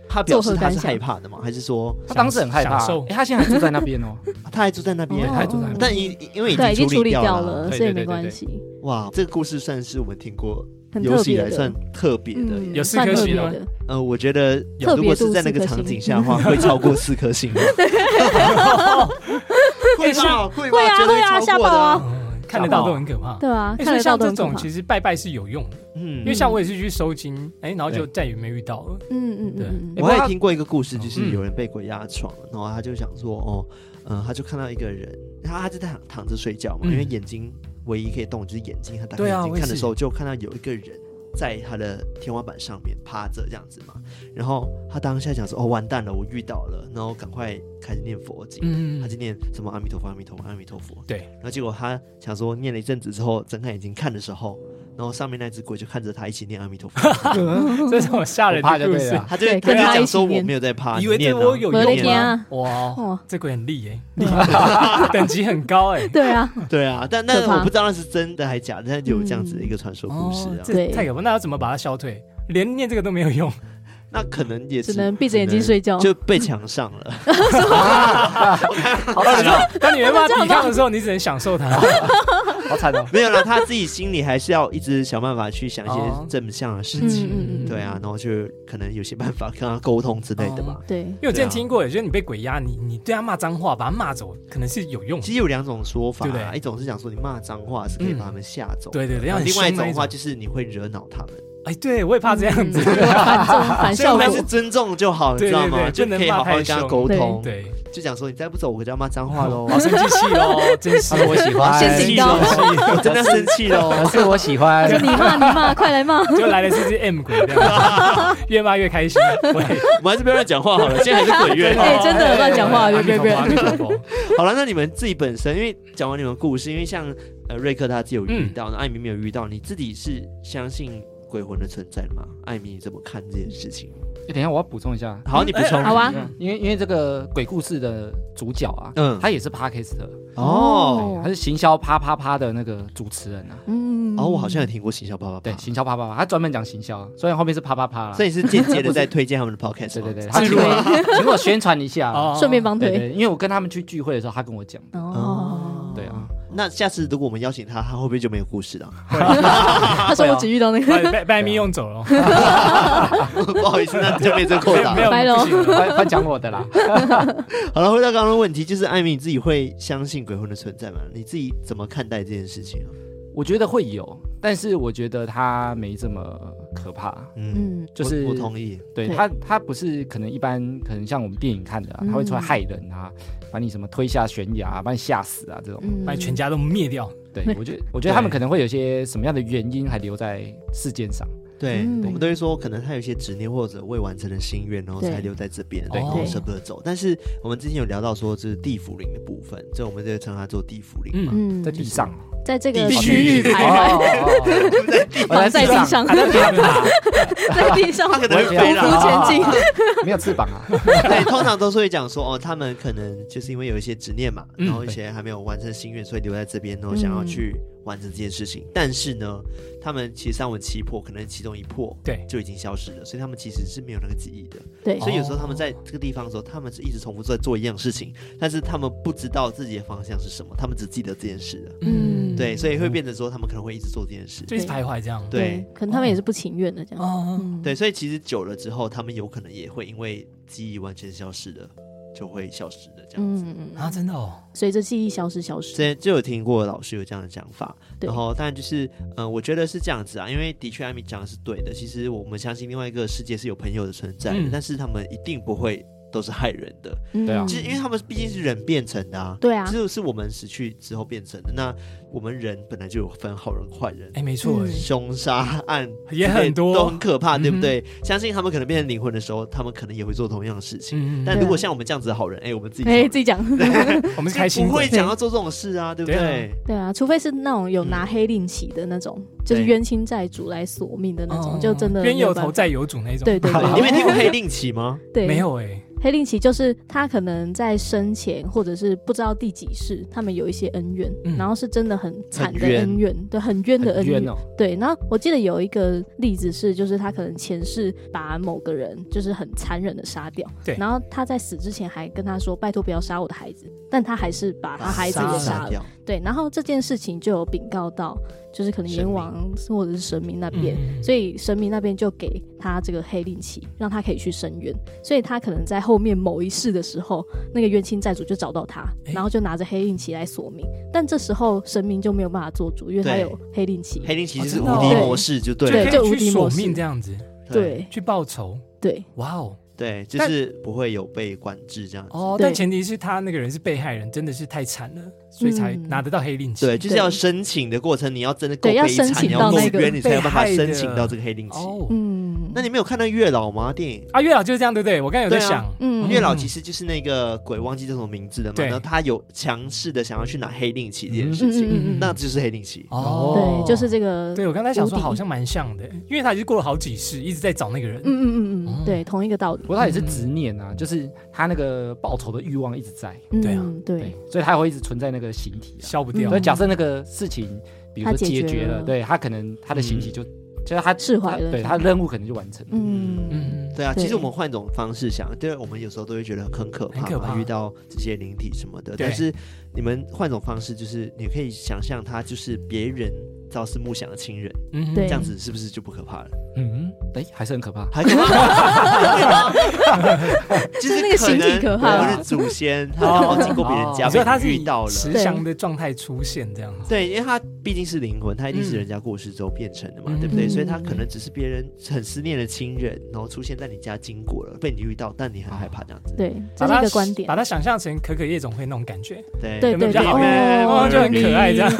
Speaker 1: 他表示他是
Speaker 2: 作何感想
Speaker 1: 害怕的吗？还是说
Speaker 4: 他当时很害怕
Speaker 3: 享受，
Speaker 4: 诶他现在还住在那边哦。
Speaker 1: 啊他还住在那边
Speaker 2: 哦？
Speaker 4: 他还住在那边
Speaker 1: 但因因为
Speaker 2: 对，已经处
Speaker 1: 处
Speaker 2: 理
Speaker 1: 掉
Speaker 2: 掉
Speaker 1: 了啊。
Speaker 2: 了，
Speaker 4: 对
Speaker 2: 所以
Speaker 4: 对
Speaker 2: 没
Speaker 4: 对
Speaker 2: 关
Speaker 4: 对
Speaker 2: 系，
Speaker 1: 哇，这个故事算是我们听过
Speaker 2: 很
Speaker 1: 有
Speaker 2: 特
Speaker 1: 史以
Speaker 2: 别
Speaker 1: 来算
Speaker 2: 的，
Speaker 1: 特别的耶。
Speaker 2: 嗯，
Speaker 3: 有四
Speaker 2: 算
Speaker 3: 颗
Speaker 2: 特
Speaker 3: 星
Speaker 2: 别
Speaker 3: 吗
Speaker 2: 的，
Speaker 1: 呃，我觉得
Speaker 2: 特别
Speaker 1: 如果是
Speaker 2: 度
Speaker 1: 在那个
Speaker 2: 四颗
Speaker 1: 场景下
Speaker 2: 星
Speaker 1: 的话，会超过四颗星吗？ 会吧？会
Speaker 2: 会
Speaker 1: 吧？
Speaker 2: 啊
Speaker 1: 绝对
Speaker 2: 会啊
Speaker 1: 超
Speaker 2: 吓
Speaker 1: 过的
Speaker 2: 爆啊
Speaker 3: 嗯看得到都很可怕。
Speaker 2: 对啊，
Speaker 3: 欸
Speaker 2: 看
Speaker 3: 所以
Speaker 2: 得到
Speaker 3: 像
Speaker 2: 都
Speaker 3: 这
Speaker 2: 很可
Speaker 3: 种
Speaker 2: 怕
Speaker 3: 其实拜拜是有用的，因为
Speaker 1: 嗯，
Speaker 3: 像我也是去收金，哎，然后就再也没遇到了。
Speaker 2: 嗯嗯
Speaker 3: 对
Speaker 2: 嗯嗯
Speaker 1: 我还听过一个故事，就
Speaker 3: 嗯
Speaker 1: 是有人被鬼压床，然后他就想说，哦，嗯，他就看到一个人，他他就在躺躺着睡觉嘛，
Speaker 3: 嗯
Speaker 1: 因为眼睛唯一可以动就是眼睛，他打开
Speaker 3: 对啊
Speaker 1: 眼睛
Speaker 3: 我也
Speaker 1: 看的
Speaker 3: 是
Speaker 1: 时候，就看到有一个人在他的天花板上面趴着这样子嘛，然后他当下想说，哦，完蛋了，我遇到了，然后赶快开始念佛经，
Speaker 3: 嗯
Speaker 1: 他，就念什么阿弥陀佛，阿弥陀佛，阿弥陀佛。
Speaker 3: 对
Speaker 1: 然后结果他想说念了一阵子之后，睁开眼睛看的时候，然后上面那只鬼就看着他一起念阿弥陀 佛，
Speaker 3: 这是我吓人
Speaker 4: 我怕
Speaker 3: 的
Speaker 4: 就
Speaker 3: 故
Speaker 4: 对
Speaker 3: 事
Speaker 4: 了，
Speaker 1: 他就
Speaker 2: 对
Speaker 1: 啊他
Speaker 2: 跟
Speaker 1: 就
Speaker 2: 他
Speaker 1: 讲
Speaker 2: 一起
Speaker 1: 说我
Speaker 2: 念
Speaker 1: 没有在怕，
Speaker 3: 啊以为
Speaker 1: 你念
Speaker 3: 这
Speaker 1: 啊
Speaker 3: 我有
Speaker 2: 我的
Speaker 3: 用
Speaker 2: 天啊，
Speaker 3: 哇，
Speaker 2: 哦，
Speaker 3: 这鬼很厉害，
Speaker 2: 对啊
Speaker 3: 等级很高哎。
Speaker 2: 对啊，
Speaker 1: 对啊，但
Speaker 2: 可
Speaker 1: 但
Speaker 2: 怕
Speaker 1: 我不知道那是真的还假的，但有这样子的一个传说故事啊，
Speaker 3: 嗯哦这太可怕！那要怎么把它消退？连念这个都没有 用，
Speaker 1: 那可能也
Speaker 2: 只
Speaker 1: 是
Speaker 2: 能闭着眼睛睡觉，
Speaker 1: 就被强上 了，
Speaker 4: 好惨啊！
Speaker 2: 啊
Speaker 3: 当你没办法抵抗的时候，你只能享受它。好惨哦。
Speaker 1: 没有啦，他自己心里还是要一直想办法去想一
Speaker 3: 哦
Speaker 1: 些正向的事
Speaker 2: 嗯
Speaker 1: 情，
Speaker 2: 嗯嗯
Speaker 1: 对啊，然后就可能有些办法跟他沟通之类的
Speaker 3: 哦
Speaker 1: 吧。
Speaker 2: 对，
Speaker 3: 因为我之前听过，有些人你被鬼压，你你对他骂脏话，把他骂走，可能是有用的。
Speaker 1: 其实有两种说法
Speaker 3: 对不
Speaker 1: 啊，
Speaker 3: 对嗯
Speaker 1: 一种是讲说你骂脏话是可以把他们吓走，
Speaker 3: 对对对，
Speaker 1: 然
Speaker 3: 要
Speaker 1: 后
Speaker 3: 很
Speaker 1: 另外一
Speaker 3: 凶那
Speaker 1: 种的话，就是你会惹恼他们，
Speaker 3: 哎，对我也怕这样子。
Speaker 2: 反正反
Speaker 1: 所以
Speaker 2: 效
Speaker 1: 我们还是
Speaker 2: 果。
Speaker 1: 尊重就好，你
Speaker 3: 对
Speaker 1: 知道吗？
Speaker 3: 对对
Speaker 1: 就
Speaker 3: 不能
Speaker 1: 可以好好跟
Speaker 3: 骂
Speaker 1: 他
Speaker 3: 太
Speaker 1: 沟
Speaker 2: 嗯
Speaker 1: 通，
Speaker 3: 对，
Speaker 1: 就讲说你再不走，我就要骂 脏话喽。
Speaker 3: 好生气气哦，真是
Speaker 5: 他说我喜
Speaker 4: 哦
Speaker 5: 欢，
Speaker 2: 先警告
Speaker 1: 我真的生气喽！
Speaker 5: 可是我喜
Speaker 2: 他
Speaker 5: 欢
Speaker 2: 说，你骂你骂，快来骂！
Speaker 3: 就来了是只 M 鬼这样子，越骂越开心。哦喂，
Speaker 1: 我们还是不要乱讲话好了，现在还是鬼月。
Speaker 2: 哎真的乱讲 话
Speaker 3: 哎
Speaker 2: 别别别
Speaker 3: 阿弥陀佛阿弥陀佛
Speaker 1: 好了，那你们自己本身，因为讲完你们故事，因为像呃瑞克他自己有遇到，那艾米没有遇到，你自己是相信鬼魂的存在吗？艾米你怎么看这件事情？
Speaker 4: 哎等一下我要补充一下，
Speaker 1: 好，你补充
Speaker 2: 好啊，
Speaker 4: 因为因为这个鬼故事的主角啊，
Speaker 1: 嗯
Speaker 4: 他也是 Parkes 的，
Speaker 1: 哦。
Speaker 4: 他是行销啪啪啪的那个主持人啊，
Speaker 2: 嗯
Speaker 1: 哦，我好像有听过行销爸爸。
Speaker 4: 对，，行销啪啪啪，他专门讲行销，啊虽然后面是啪啪啪啦，
Speaker 1: 啊所以你是间接的在推荐他们的 podcast
Speaker 4: 对
Speaker 1: 吗
Speaker 4: 对对，他
Speaker 3: 自
Speaker 4: 请
Speaker 3: 入 啊
Speaker 4: 我请我宣传一下，啊
Speaker 3: 哦
Speaker 2: 顺便帮
Speaker 4: 对
Speaker 2: 推
Speaker 4: 对，因为我跟他们去聚会的时候，他跟我讲，
Speaker 2: 哦，
Speaker 4: 对啊，
Speaker 1: 那下次如果我们邀请他，他会不会就没有故事了？
Speaker 2: 他说我只遇到那
Speaker 3: 把
Speaker 2: 个，
Speaker 3: 被被艾米用走了，
Speaker 1: 不好意思，那就没这扣
Speaker 3: 没有
Speaker 1: 打
Speaker 3: 没。有
Speaker 2: 拜喽
Speaker 3: 不
Speaker 1: 哦
Speaker 3: 行了
Speaker 4: 他讲我的啦，
Speaker 1: 好了，回到刚刚的问题，就是艾米你自己会相信鬼魂的存在吗？你自己怎么看待这件事情啊？
Speaker 4: 我觉得会有，但是我觉得他没这么可怕，
Speaker 1: 嗯，
Speaker 2: 嗯，
Speaker 4: 就是
Speaker 1: 我我同意。
Speaker 4: 对
Speaker 2: 对
Speaker 4: 他，他不是可能一般，可能像我们电影看的、啊，他会出来害人啊，把你什么推下悬崖、把你吓死啊这种。
Speaker 2: 嗯
Speaker 3: 把你全家都灭掉。
Speaker 4: 对我觉得，我觉得他们可能会有些什么样的原因还留在世间上。
Speaker 1: 对，
Speaker 2: 嗯
Speaker 1: 我们都会说，可能他有一些执念或者未完成的心愿，然后
Speaker 2: 对
Speaker 1: 才留在这边，
Speaker 3: 对
Speaker 1: 然后
Speaker 2: 对
Speaker 1: 舍不得走。但是我们之前有聊到说，就是地府灵的部分，这我们就称它做地府灵嘛。
Speaker 2: 嗯
Speaker 4: 在地上，
Speaker 2: 在这个
Speaker 1: 地
Speaker 2: 区域
Speaker 1: 区
Speaker 2: 徘徊，
Speaker 4: 哦，
Speaker 2: 绑在地
Speaker 3: 啊
Speaker 2: 上， 在地上
Speaker 1: 它可
Speaker 2: 匍
Speaker 1: 能
Speaker 4: 我
Speaker 1: 会
Speaker 4: 也觉
Speaker 1: 飞
Speaker 4: 得
Speaker 1: 了。
Speaker 2: 匐前进。
Speaker 4: 没有翅膀啊，
Speaker 1: 对，通常都是会讲说，哦，他们可能就是因为有一些执念嘛，
Speaker 3: 嗯
Speaker 1: 然后一些还没有完成心愿，所以留在这边，然后想
Speaker 2: 嗯
Speaker 1: 要去完成这件事情。但是呢，他们其实上文七魄，可能其中一魄
Speaker 3: 对
Speaker 1: 就已经消失了，所以他们其实是没有那个记忆的。
Speaker 2: 对
Speaker 1: 所以有时候他们在这个地方的时候，他们是一直重复在做一样事情，但是他们不知道自己的方向是什么，他们只记得这件事了。
Speaker 2: 嗯
Speaker 1: 对，所以会变成说他们可能会一直做这件事。
Speaker 3: 就一直徘徊这样。
Speaker 1: 对，
Speaker 2: 可能他们也是不情愿的这样。
Speaker 3: 哦，
Speaker 2: 嗯，
Speaker 1: 对，所以其实久了之后，他们有可能也会因为记忆完全消失了，就会消失的这样子。
Speaker 2: 嗯，
Speaker 3: 啊，真的哦，
Speaker 2: 随着记忆消失消
Speaker 1: 之
Speaker 2: 失，
Speaker 1: 前就有听过老师有这样的讲法，
Speaker 2: 对
Speaker 1: 然后但就是，嗯、我觉得是这样子啊，因为的确艾米讲的是对的。其实我们相信另外一个世界是有朋友的存在的，
Speaker 3: 嗯
Speaker 1: 但是他们一定不会都是害人的，
Speaker 2: 对
Speaker 4: 啊
Speaker 1: 其实因为他们毕竟是人变成的啊，
Speaker 2: 嗯对啊
Speaker 1: 就是我们死去之后变成的。那我们人本来就有分好人坏人，
Speaker 3: 哎，没错
Speaker 2: 嗯，
Speaker 1: 凶杀案
Speaker 3: 也
Speaker 1: 之类
Speaker 3: 很多
Speaker 1: 都很可怕，
Speaker 3: 嗯哼
Speaker 1: 对不对？相信他们可能变成灵魂的时候，他们可能也会做同样的事情。
Speaker 3: 嗯，
Speaker 1: 但
Speaker 2: 对
Speaker 1: 如果
Speaker 2: 啊
Speaker 1: 像我们这样子的好人，哎，我们自己
Speaker 2: 哎，自己讲，
Speaker 3: 我们是开
Speaker 1: 就
Speaker 3: 心
Speaker 1: 不
Speaker 3: 鬼
Speaker 1: 会想要做这种事啊，对不对
Speaker 3: 对？
Speaker 2: 对啊，除非是那种有拿黑令旗的那种，就是冤亲债主来索命的那哦种，就真的
Speaker 3: 哦冤有
Speaker 2: 没办
Speaker 3: 头
Speaker 2: 法。
Speaker 3: 债有主那 种。
Speaker 2: 对对对，
Speaker 1: 你们听过黑令旗吗？
Speaker 2: 对
Speaker 3: 没有哎，
Speaker 2: 黑令旗就是他可能在生前或者是不知道第几世，他们有一些恩怨，
Speaker 3: 嗯
Speaker 2: 然后是真的很惨的
Speaker 1: 很冤
Speaker 2: 恩怨，对，很冤的
Speaker 4: 很
Speaker 2: 恩怨。
Speaker 4: 冤哦。
Speaker 2: 对，然后我记得有一个例子是，就是他可能前世把某个人就是很残忍的杀掉，
Speaker 3: 对
Speaker 2: 然后他在死之前还跟他说：“拜托不要杀我的孩子。”但他还是把他啊孩子
Speaker 3: 杀
Speaker 2: 给
Speaker 3: 了
Speaker 2: 杀了。
Speaker 1: 掉，
Speaker 2: 对，然后这件事情就有禀告到，就是可能
Speaker 1: 神
Speaker 2: 阎
Speaker 1: 明
Speaker 2: 王或者是神明那边，
Speaker 3: 嗯
Speaker 2: 所以神明那边就给他这个黑令旗，让他可以去伸冤。所以他可能在后面某一世的时候，那个冤亲债主就找到他，
Speaker 3: 诶
Speaker 2: 然后就拿着黑令旗来索命。但这时候神明就没有办法做主，因为他
Speaker 1: 对
Speaker 2: 有黑令旗。
Speaker 1: 黑令旗是
Speaker 3: 哦
Speaker 1: 无
Speaker 3: 真的哦
Speaker 1: 敌模式，就对
Speaker 2: 对
Speaker 1: 了
Speaker 2: 就
Speaker 3: 就可
Speaker 2: 无
Speaker 3: 以去
Speaker 2: 敌模
Speaker 3: 索
Speaker 2: 式
Speaker 3: 命这样子，
Speaker 2: 对
Speaker 3: 去报仇。
Speaker 2: 对
Speaker 3: 哇哦，
Speaker 1: 对，就是不会有被管制这样子。
Speaker 3: 哦，
Speaker 2: 对
Speaker 3: 但前提是他那个人是被害人，真的是太惨了，所以才
Speaker 2: 嗯
Speaker 3: 拿得到黑令旗。
Speaker 1: 对，就是要申请的过程，你要真的够
Speaker 2: 对要
Speaker 1: 悲惨
Speaker 2: 申请
Speaker 1: 你要
Speaker 2: 到
Speaker 1: 够
Speaker 2: 那个
Speaker 1: 冤，你才有办法
Speaker 3: 被害的
Speaker 1: 申请到这个黑令旗。
Speaker 3: 哦，
Speaker 2: 嗯，
Speaker 1: 那你没有看到月老吗？电影？
Speaker 3: 啊，月老就是这样，对不对？我刚才有在
Speaker 1: 对啊
Speaker 3: 想，
Speaker 2: 嗯
Speaker 1: 月老其实就是那个鬼，忘记叫什么名字了嘛。
Speaker 3: 对
Speaker 1: 然后他有强势的想要去拿黑令旗这件事
Speaker 2: 嗯嗯嗯
Speaker 1: 情
Speaker 2: 嗯，
Speaker 1: 那就是黑令旗。
Speaker 3: 哦
Speaker 2: 对，就是这个，
Speaker 3: 对我刚才想
Speaker 2: 无
Speaker 3: 说
Speaker 2: 敌
Speaker 3: 好像蛮像的，因为他已经过了好几世，一直在找那个人。
Speaker 2: 嗯嗯嗯嗯，
Speaker 3: 哦
Speaker 2: 对，同一个道理
Speaker 4: 不。过他也是执念啊，就是他那个报仇的欲望一直在，
Speaker 2: 嗯，
Speaker 3: 对啊
Speaker 2: 对，，
Speaker 4: 所以他会一直存在那个形体啊。
Speaker 3: 消不掉
Speaker 4: 所以，假设那个事情，比如
Speaker 2: 他
Speaker 4: 说
Speaker 2: 解
Speaker 4: 解
Speaker 2: 决
Speaker 4: 决了，
Speaker 2: 了
Speaker 4: 对他可能他的形体就就是他
Speaker 2: 释怀
Speaker 4: 他
Speaker 2: 了
Speaker 4: 对他任务可能就完成了。
Speaker 2: 嗯，
Speaker 3: 嗯，
Speaker 1: 对啊，
Speaker 2: 对
Speaker 1: 其实我们换一种方式想，就是我们有时候都会觉得很可怕嘛，
Speaker 3: 很可怕
Speaker 1: 遇到这些灵体什么的。
Speaker 3: 对
Speaker 1: 但是你们换种方式，就是你可以想象他就是别人朝思暮想的亲人，
Speaker 3: 嗯
Speaker 2: 对
Speaker 1: 这样子是不是就不可 怕了？
Speaker 4: 嗯，哎，还是很可怕。
Speaker 1: 还可怕，就是
Speaker 2: 是那个形体可怕
Speaker 1: 我
Speaker 2: 吧
Speaker 1: 们的祖先他刚好经过别人家，
Speaker 3: 你说他是
Speaker 1: 遇到了
Speaker 3: 哦以。慈祥的状态出现这样子，
Speaker 1: 对，因为他毕竟是灵魂，他一定是
Speaker 3: 嗯
Speaker 1: 人家过世之后变成的嘛，对不对？
Speaker 2: 嗯
Speaker 1: 所以他可能只是别人很思念的亲人，然后出现在你家经过了，被你遇到，但你很害怕这样子。
Speaker 2: 对，这
Speaker 3: 把
Speaker 2: 是
Speaker 3: 它
Speaker 2: 一个观点
Speaker 3: 把。它想象成可可夜总会那种感觉，
Speaker 1: 对
Speaker 2: 对
Speaker 3: 有没
Speaker 2: 对对，
Speaker 3: 有比较好看
Speaker 2: 哦
Speaker 3: 哦，，就很可爱这样，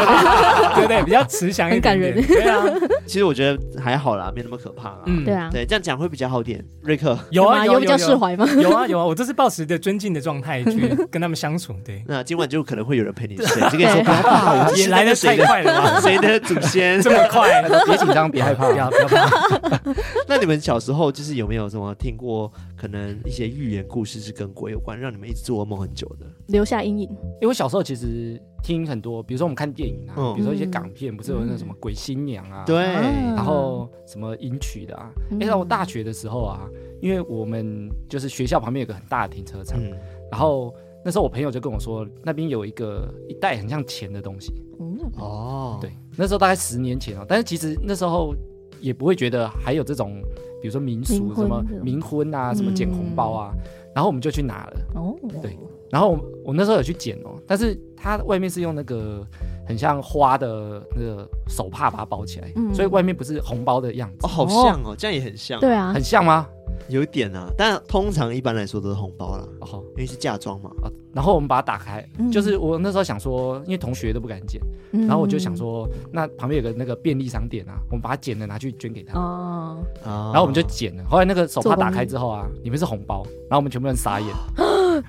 Speaker 3: 对对，比较慈祥一点点，
Speaker 2: 很
Speaker 3: 对啊，
Speaker 1: 其实我觉得还好啦，没那么可怕啦。
Speaker 3: 嗯
Speaker 2: 对，啊，
Speaker 1: 对，这样讲会比较好点。瑞克，
Speaker 3: 有啊
Speaker 2: 吗
Speaker 3: 有
Speaker 2: 有比较释
Speaker 3: 有
Speaker 2: 怀吗？
Speaker 3: 有啊有啊，我都是抱持着尊敬的状 态去跟他们相处，对，
Speaker 1: 那今晚就可能会有人陪你睡，就跟你说不要怕，我
Speaker 3: 也来
Speaker 1: 的
Speaker 3: 的太
Speaker 1: 谁的
Speaker 3: 快了 吧，
Speaker 1: 谁的祖 先
Speaker 3: 这？么快，
Speaker 4: 别紧张，别害怕
Speaker 3: 不。要不要怕，
Speaker 1: 那你们小时候就是有没有什么听过可能一些寓言故事是跟鬼有关，让你们一直做噩梦很久的？
Speaker 2: 留下阴影，
Speaker 4: 因为我小时候其实听很多，比如说我们看电影啊，
Speaker 1: 嗯
Speaker 4: 比如说一些港片，不是有那
Speaker 2: 嗯
Speaker 4: 什么鬼新娘啊，
Speaker 1: 对，
Speaker 2: 啊
Speaker 4: 然后什么迎娶的啊。
Speaker 2: 嗯
Speaker 4: 哎，到我大学的时候啊，因为我们就是学校旁边有个很大的停车场，
Speaker 1: 嗯，
Speaker 4: 然后那时候我朋友就跟我说，那边有一个一袋很像钱的东西。
Speaker 2: 嗯，
Speaker 1: 哦，
Speaker 4: 对，那时候大概十年前哦、但是其实那时候也不会觉得还有这种，比如说民俗
Speaker 2: 冥婚
Speaker 4: 什么
Speaker 2: 这种嗯
Speaker 4: 冥婚啊，什么捡红包啊，然后我们就去拿了。
Speaker 2: 哦，
Speaker 4: 对然后我我那时候有去捡哦、但是它外面是用那个很像花的那个手帕把它包起来，
Speaker 2: 嗯
Speaker 4: 所以外面不是红包的样子，
Speaker 1: 哦，好像哦，这样也很像，
Speaker 2: 对，啊
Speaker 4: 很，像吗？
Speaker 1: 有一点啊。但通常一般来说都是红包啦，
Speaker 4: 哦。
Speaker 1: 因为是嫁妆嘛。
Speaker 4: 哦然后我们把它打开，
Speaker 2: 嗯
Speaker 4: 就是我那时候想说，因为同学都不敢捡，
Speaker 2: 然
Speaker 4: 然后我就想，说，那旁边有个那个便利商店啊，我们把它捡了拿去捐给他。
Speaker 2: 哦，
Speaker 1: 啊，
Speaker 4: 然后我们就捡了。后来那个手
Speaker 2: 做哦
Speaker 4: 帕
Speaker 2: 公益
Speaker 4: 打开之后啊，里面是红包，然后我们全部人傻眼，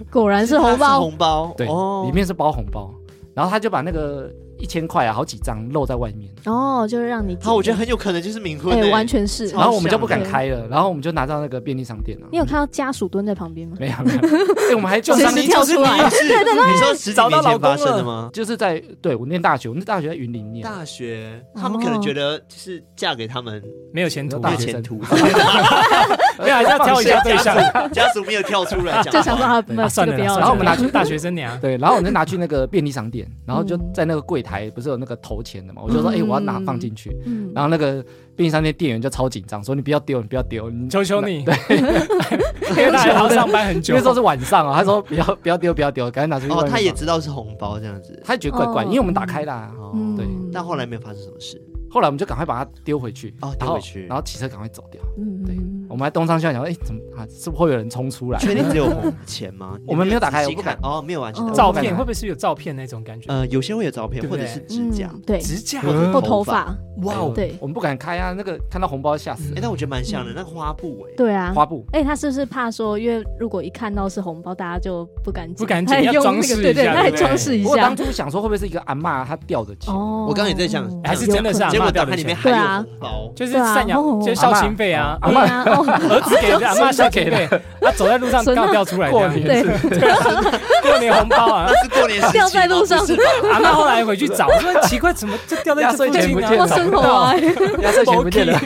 Speaker 2: 果然是红
Speaker 1: 它
Speaker 2: 包，
Speaker 1: 红包，
Speaker 4: 对，
Speaker 1: 哦
Speaker 4: 里面是包红包。然后他就把那个一千块啊，好几张露在外面，
Speaker 2: 哦，就是让你，
Speaker 1: 好，我觉得很有可能就是冥婚
Speaker 2: 哎
Speaker 1: 欸，
Speaker 2: 完全是。
Speaker 1: 超
Speaker 4: 然后我们就不
Speaker 1: 像
Speaker 4: 敢开了，然后我们就拿到那个便利商店了
Speaker 2: 你。有看到家属蹲在旁边吗？
Speaker 4: 没有没有，哎，我们还就
Speaker 2: 随
Speaker 4: 是
Speaker 2: 时
Speaker 1: 你
Speaker 2: 跳
Speaker 1: 就
Speaker 2: 出
Speaker 1: 是
Speaker 2: 来
Speaker 1: 你是你说十几
Speaker 3: 找到
Speaker 1: 年
Speaker 3: 老
Speaker 1: 前
Speaker 3: 公
Speaker 1: 发生的
Speaker 3: 了
Speaker 1: 吗？
Speaker 4: 就是在对我念大学，我念大学在云林念，
Speaker 1: 大学，
Speaker 2: 哦
Speaker 1: 他们可能觉得就是嫁给他们
Speaker 3: 没有前途，
Speaker 1: 没
Speaker 4: 大
Speaker 1: 有
Speaker 4: 学
Speaker 1: 前
Speaker 4: 生 啊
Speaker 1: 途，
Speaker 3: 没有还是要挑一下对象，哦
Speaker 1: 家属没有跳出来讲话，
Speaker 2: 就想说啊，不
Speaker 4: 对，啊
Speaker 2: 这
Speaker 3: 算
Speaker 2: 个
Speaker 3: 了
Speaker 2: 不
Speaker 3: 啦，
Speaker 2: 要
Speaker 3: 算了
Speaker 4: 然后我
Speaker 2: 了。
Speaker 4: 们拿去
Speaker 3: 大学生娘，
Speaker 4: 对，然后我就拿去那个便利商店，然后就
Speaker 2: 嗯
Speaker 4: 在那个柜台不是有那个投钱的嘛，我就说哎，
Speaker 2: 嗯
Speaker 4: 我要拿放进去，
Speaker 2: 嗯，
Speaker 4: 然后那个便利商店店员就超紧张，说你不要丢，你不要丢，你
Speaker 3: 求求你，对，因为他还要上班很久
Speaker 4: 那，时候是晚上啊，他说不要不要丢不要丢，赶紧拿出去外
Speaker 1: 哦，
Speaker 4: 面放。
Speaker 1: 他也知道是红包这样子，
Speaker 4: 他觉得怪怪，
Speaker 2: 哦
Speaker 4: 因为我们打开啦。
Speaker 1: 哦，
Speaker 2: 嗯
Speaker 4: 对
Speaker 1: 但后来没有发生什么事，
Speaker 4: 后来我们就赶快把它丢回去，
Speaker 1: 哦，
Speaker 4: 然
Speaker 1: 丢
Speaker 4: 后
Speaker 1: 回去
Speaker 4: 然，后骑车赶快走掉。
Speaker 2: 嗯
Speaker 4: 对
Speaker 2: 嗯
Speaker 4: 我们还东张西望想说，哎，怎么啊？是不是会有人冲出来？
Speaker 1: 确定只有红钱 吗？
Speaker 4: 我们没有打开
Speaker 1: 你仔细
Speaker 4: 我不敢
Speaker 1: 看哦，没有完全
Speaker 2: 哦
Speaker 1: 打开
Speaker 3: 照
Speaker 4: 啊
Speaker 3: 片会不会是有照片那种感觉？
Speaker 1: 呃，有些会有照片，
Speaker 3: 对
Speaker 1: 或
Speaker 3: 不
Speaker 1: 者
Speaker 3: 对
Speaker 1: 是指
Speaker 2: 嗯
Speaker 1: 甲，
Speaker 2: 对，
Speaker 3: 指甲
Speaker 1: 或者
Speaker 4: 呃
Speaker 1: 是
Speaker 2: 或头
Speaker 1: 发。
Speaker 2: 发，
Speaker 3: 哇哦，
Speaker 2: 对
Speaker 4: 我们不敢开啊，那个看到红包吓死
Speaker 1: 哎，。但我觉得蛮像的，
Speaker 2: 嗯
Speaker 1: 那个花布哎，
Speaker 2: 对啊。
Speaker 4: 花布，
Speaker 2: 哎，他是不是怕说，因为如果一看到是红包，大家就不敢
Speaker 3: 不敢
Speaker 2: 他
Speaker 3: 捡
Speaker 2: 也
Speaker 3: 要
Speaker 2: 用
Speaker 3: 装
Speaker 2: 那个
Speaker 3: 饰
Speaker 2: 对
Speaker 3: 一下
Speaker 2: 他也
Speaker 3: 对不对
Speaker 2: 装饰一
Speaker 4: 我
Speaker 2: 下
Speaker 4: 当。初想说会不会是一个阿嬷她掉的钱？
Speaker 2: 哦
Speaker 1: 我刚刚也在想
Speaker 2: 嗯
Speaker 1: 还
Speaker 3: 是真的是啊
Speaker 1: 结果
Speaker 3: 妈掉
Speaker 1: 打
Speaker 3: 的
Speaker 1: 开里面
Speaker 3: 钱
Speaker 1: 还
Speaker 2: 对啊
Speaker 1: 有红包，
Speaker 3: 就是
Speaker 2: 对啊
Speaker 3: 赡养
Speaker 2: 哦，
Speaker 3: 就是孝心费啊，
Speaker 4: 阿
Speaker 2: 对啊，哦，
Speaker 3: 儿子给的，阿妈孝给的，他走在路上
Speaker 2: 孙啊
Speaker 3: 刚掉出来
Speaker 4: 过
Speaker 3: 的，
Speaker 4: 年
Speaker 2: 对，
Speaker 3: 过年红包啊。
Speaker 1: 那是过年时期
Speaker 2: 掉在
Speaker 1: 吗
Speaker 2: 路
Speaker 1: 不
Speaker 2: 上
Speaker 1: 是吧
Speaker 3: 阿妈后来回去找，我说奇怪，怎么就掉在
Speaker 4: 压
Speaker 3: 这附
Speaker 4: 岁钱
Speaker 3: 近
Speaker 4: 不
Speaker 3: 呢
Speaker 4: 见？
Speaker 2: 好
Speaker 4: 了
Speaker 2: 生活 啊，
Speaker 4: 压 岁钱不见了。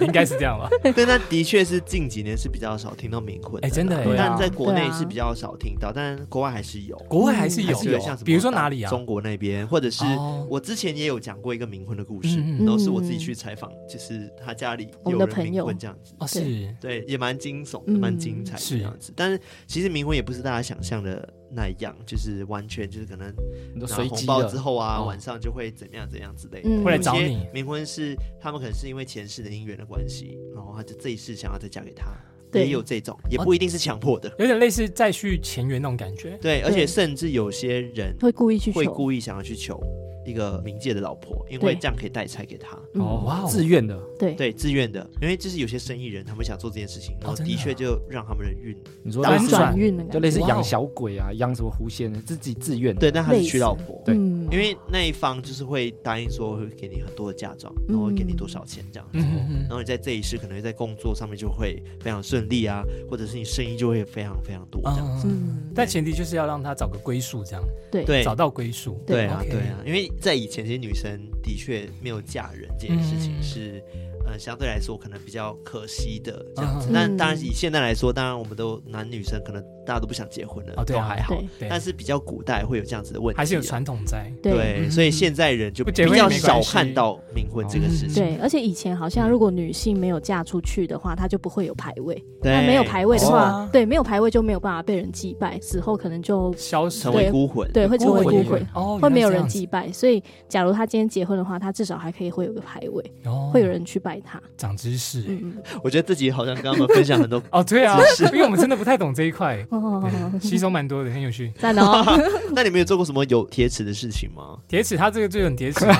Speaker 3: 应该是这样吧？
Speaker 1: 对，那的确是近几年是比较少听到冥婚啦，
Speaker 3: 哎真的哎
Speaker 4: 对啊
Speaker 1: 但在国
Speaker 2: 对
Speaker 1: 内
Speaker 2: 啊
Speaker 1: 是比较少听到，但国外还是有，
Speaker 3: 国外还是有
Speaker 1: 嗯还是有像什，么，
Speaker 3: 比如说哪里啊？
Speaker 1: 中国那边，或者是
Speaker 3: 哦
Speaker 1: 我之前也有讲过一个冥婚的故事，
Speaker 3: 嗯
Speaker 1: 然后是我自己去采访，就是他家里
Speaker 2: 我
Speaker 1: 有
Speaker 2: 们
Speaker 1: 人
Speaker 2: 的朋
Speaker 1: 冥
Speaker 2: 友
Speaker 1: 婚这样子，
Speaker 3: 哦，是
Speaker 1: 对，也蛮惊悚的，
Speaker 2: 嗯
Speaker 1: 蛮精彩的
Speaker 3: 是
Speaker 1: 这样子。但是其实冥婚也不是大家想象的那样，就是完全就是可能
Speaker 4: 你都
Speaker 1: 拿
Speaker 4: 随
Speaker 1: 红
Speaker 4: 机
Speaker 1: 包
Speaker 4: 的
Speaker 1: 之，后啊，
Speaker 4: 哦
Speaker 1: 晚上就会怎么样怎样之类的。
Speaker 2: 嗯
Speaker 3: 会来找你。
Speaker 1: 冥婚是他们可能是因为前世的姻缘的关系，然后他就这一世想要再嫁给他，
Speaker 2: 对
Speaker 1: 也有这种，也不一定是强迫的。
Speaker 3: 有点类似再续前缘那种感觉。
Speaker 1: 对，而且甚至有些人
Speaker 2: 会故意去
Speaker 1: 会
Speaker 2: 求，
Speaker 1: 故意想要去求一个冥界的老婆，因
Speaker 2: 对
Speaker 1: 为这样可以带财给他。
Speaker 2: 嗯
Speaker 4: 哦
Speaker 3: 哇哦
Speaker 4: 自愿的。
Speaker 2: 对，
Speaker 1: 对，自愿的，因为就是有些生意人，他们想做这件事情，然后
Speaker 3: 真的
Speaker 1: 的
Speaker 3: 啊
Speaker 1: 确就让他们的运，
Speaker 4: 你说
Speaker 3: 反
Speaker 4: 类似
Speaker 2: 转运的感觉，
Speaker 4: 就类似
Speaker 3: 哇哦
Speaker 4: 养小鬼啊，养什么狐仙的，自己自愿的。
Speaker 1: 对，但他
Speaker 2: 类
Speaker 1: 是
Speaker 2: 似
Speaker 1: 娶老婆，
Speaker 4: 对
Speaker 2: 嗯
Speaker 1: 因为那一方就是会答应说会给你很多的嫁妆，然后会给你多少钱这样子，
Speaker 3: 嗯嗯
Speaker 1: 然后你在这一世可能在工作上面就会非常顺利啊，或者是你生意就会非常非常多这样。
Speaker 3: 嗯嗯。
Speaker 2: 嗯，
Speaker 3: 但前提就是要让他找个归宿，这样
Speaker 2: 对
Speaker 1: 对
Speaker 3: 找到归宿。
Speaker 1: 对啊
Speaker 3: OK
Speaker 1: 对啊，因为在以前，这些女生的确没有嫁人这件事情
Speaker 3: 嗯
Speaker 1: 是，呃，相对来说可能比较可惜的这样子。
Speaker 2: 嗯
Speaker 1: 但当然以现在来说，当然我们都男女生可能大家都不想结婚了，
Speaker 3: 哦对
Speaker 1: 都
Speaker 3: 啊
Speaker 1: 还好。
Speaker 2: 对
Speaker 3: 对
Speaker 1: 但是比较古代会有这样子的问题啊，
Speaker 3: 还是有传统在。
Speaker 2: 对
Speaker 1: 对，
Speaker 3: 嗯
Speaker 1: 所以现在人就
Speaker 3: 不
Speaker 1: 比
Speaker 3: 结婚也
Speaker 1: 较
Speaker 3: 没
Speaker 1: 少
Speaker 3: 关系哦
Speaker 1: 看到冥婚这个事情。
Speaker 2: 对，而且以前好像如果女性没有嫁出去的话，她就不会有牌位。
Speaker 1: 对，
Speaker 2: 那没有牌位的话，
Speaker 3: 哦
Speaker 2: 对，没有牌位就没有办法被人祭拜，死后可能就
Speaker 3: 消失
Speaker 1: 成为
Speaker 2: 对
Speaker 1: 孤魂，
Speaker 2: 对会成为孤
Speaker 3: 也
Speaker 2: 魂
Speaker 3: 有，哦，
Speaker 2: 会没有
Speaker 3: 原
Speaker 2: 人
Speaker 3: 来是
Speaker 2: 祭拜。所以，假如她今天结婚的话，她至少还可以会有个牌位，
Speaker 3: 这样子，哦
Speaker 2: 会有人去拜她。
Speaker 3: 长知识欸。
Speaker 2: 嗯，
Speaker 1: 我觉得自己好像跟他们分享很 多
Speaker 3: 哦，对啊，因为我们真的不太懂这一块，
Speaker 2: 嗯哦，
Speaker 3: 对吸收蛮多的，很有趣。
Speaker 2: 赞哦，
Speaker 1: 那你们有做过什么有铁齿的事情 吗？
Speaker 3: 铁齿，它这个就很铁齿啊，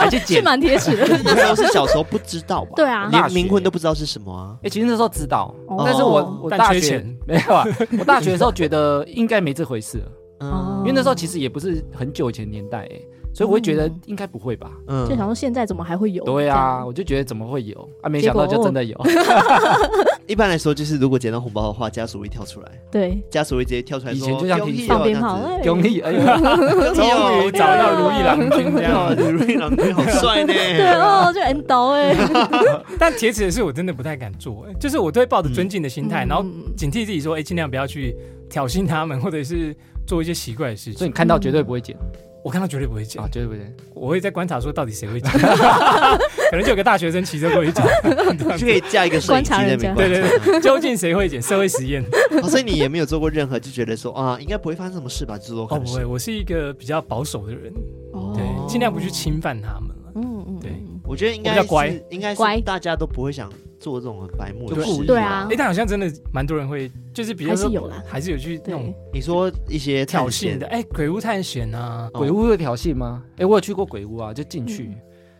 Speaker 1: 还去
Speaker 2: 是
Speaker 1: 捡？
Speaker 2: 蛮贴齿的。
Speaker 1: 那时候是小时候不知道吧？
Speaker 2: 对啊
Speaker 1: 连
Speaker 4: 大学
Speaker 1: 冥婚都不知道是什么啊。
Speaker 4: 哎、其实那时候知道，
Speaker 2: 哦
Speaker 4: 但是我我
Speaker 3: 但
Speaker 4: 大
Speaker 3: 缺
Speaker 4: 学
Speaker 3: 钱
Speaker 4: 没有啊，我大学的时候觉得应该没这回事了，
Speaker 1: 嗯
Speaker 2: 哦
Speaker 4: 因为那时候其实也不是很久以前年代、欸，所以我会觉得应该不会吧。
Speaker 1: 嗯
Speaker 2: 就想说现在怎么还会有？
Speaker 4: 对
Speaker 2: 这
Speaker 4: 啊，
Speaker 2: 样，
Speaker 4: 我就觉得怎么会有啊？没
Speaker 2: 结
Speaker 4: 想
Speaker 2: 果哦
Speaker 4: 到就 真的有，
Speaker 1: 一般来说，就是如果捡到红包的话，家属会跳出来，
Speaker 2: 对，
Speaker 1: 家属会直接跳出来说
Speaker 4: 以前就像
Speaker 1: 丢屁哦
Speaker 2: 放鞭炮，哎
Speaker 4: 容易哎呦，
Speaker 3: 终于找到如意郎君这
Speaker 1: 这样
Speaker 3: 样。
Speaker 1: 子，如意郎君 好帅
Speaker 2: 对
Speaker 1: 呢。
Speaker 2: 哦，就 N 刀哎，
Speaker 3: 但铁齿的事我真的不太敢做，欸就是我都会抱着尊敬的心态，
Speaker 2: 嗯
Speaker 3: 然后警惕自己说，哎，尽量不要去挑衅他们，或者是做一些奇怪的事
Speaker 4: 所以
Speaker 3: 情。
Speaker 4: 你看到绝对不会剪
Speaker 2: 嗯
Speaker 3: 我看到绝对不会讲
Speaker 4: 啊，，绝对不会剪。
Speaker 3: 我会在观察说到底谁会讲， 可能就有个大学生骑车过去讲，
Speaker 1: 就可以架一个摄影机在那边
Speaker 3: 观察
Speaker 1: 观
Speaker 3: 人
Speaker 1: 察。
Speaker 3: 究竟谁会讲？社会实验。
Speaker 1: 哦所以你也没有做过任何就觉得说啊，应该不会发生什么事吧？就是我
Speaker 3: 哦，
Speaker 1: 可能
Speaker 3: 不
Speaker 1: 是
Speaker 3: 会，我是一个比较保守的人，
Speaker 2: 哦
Speaker 3: 对，尽量不去侵犯他们了。
Speaker 2: 嗯嗯，
Speaker 3: 对
Speaker 2: 嗯
Speaker 1: 我觉得应
Speaker 3: 我
Speaker 1: 该
Speaker 3: 比较乖
Speaker 1: 是应该
Speaker 2: 乖
Speaker 1: 是大家都不会想做这种很白目的
Speaker 4: 就
Speaker 1: 事
Speaker 4: 故
Speaker 1: 情。
Speaker 4: 意
Speaker 2: 对啊
Speaker 3: 哎，但好像真的蛮多人会，就是比较
Speaker 2: 还
Speaker 3: 说
Speaker 2: 是有啦
Speaker 3: 还是有去那种
Speaker 2: 对，
Speaker 1: 你说一些
Speaker 3: 挑
Speaker 1: 探险
Speaker 3: 衅的，，哎，鬼屋探险啊，
Speaker 1: 哦
Speaker 4: 鬼屋会挑衅吗？哎、我有去过鬼屋啊，就进去，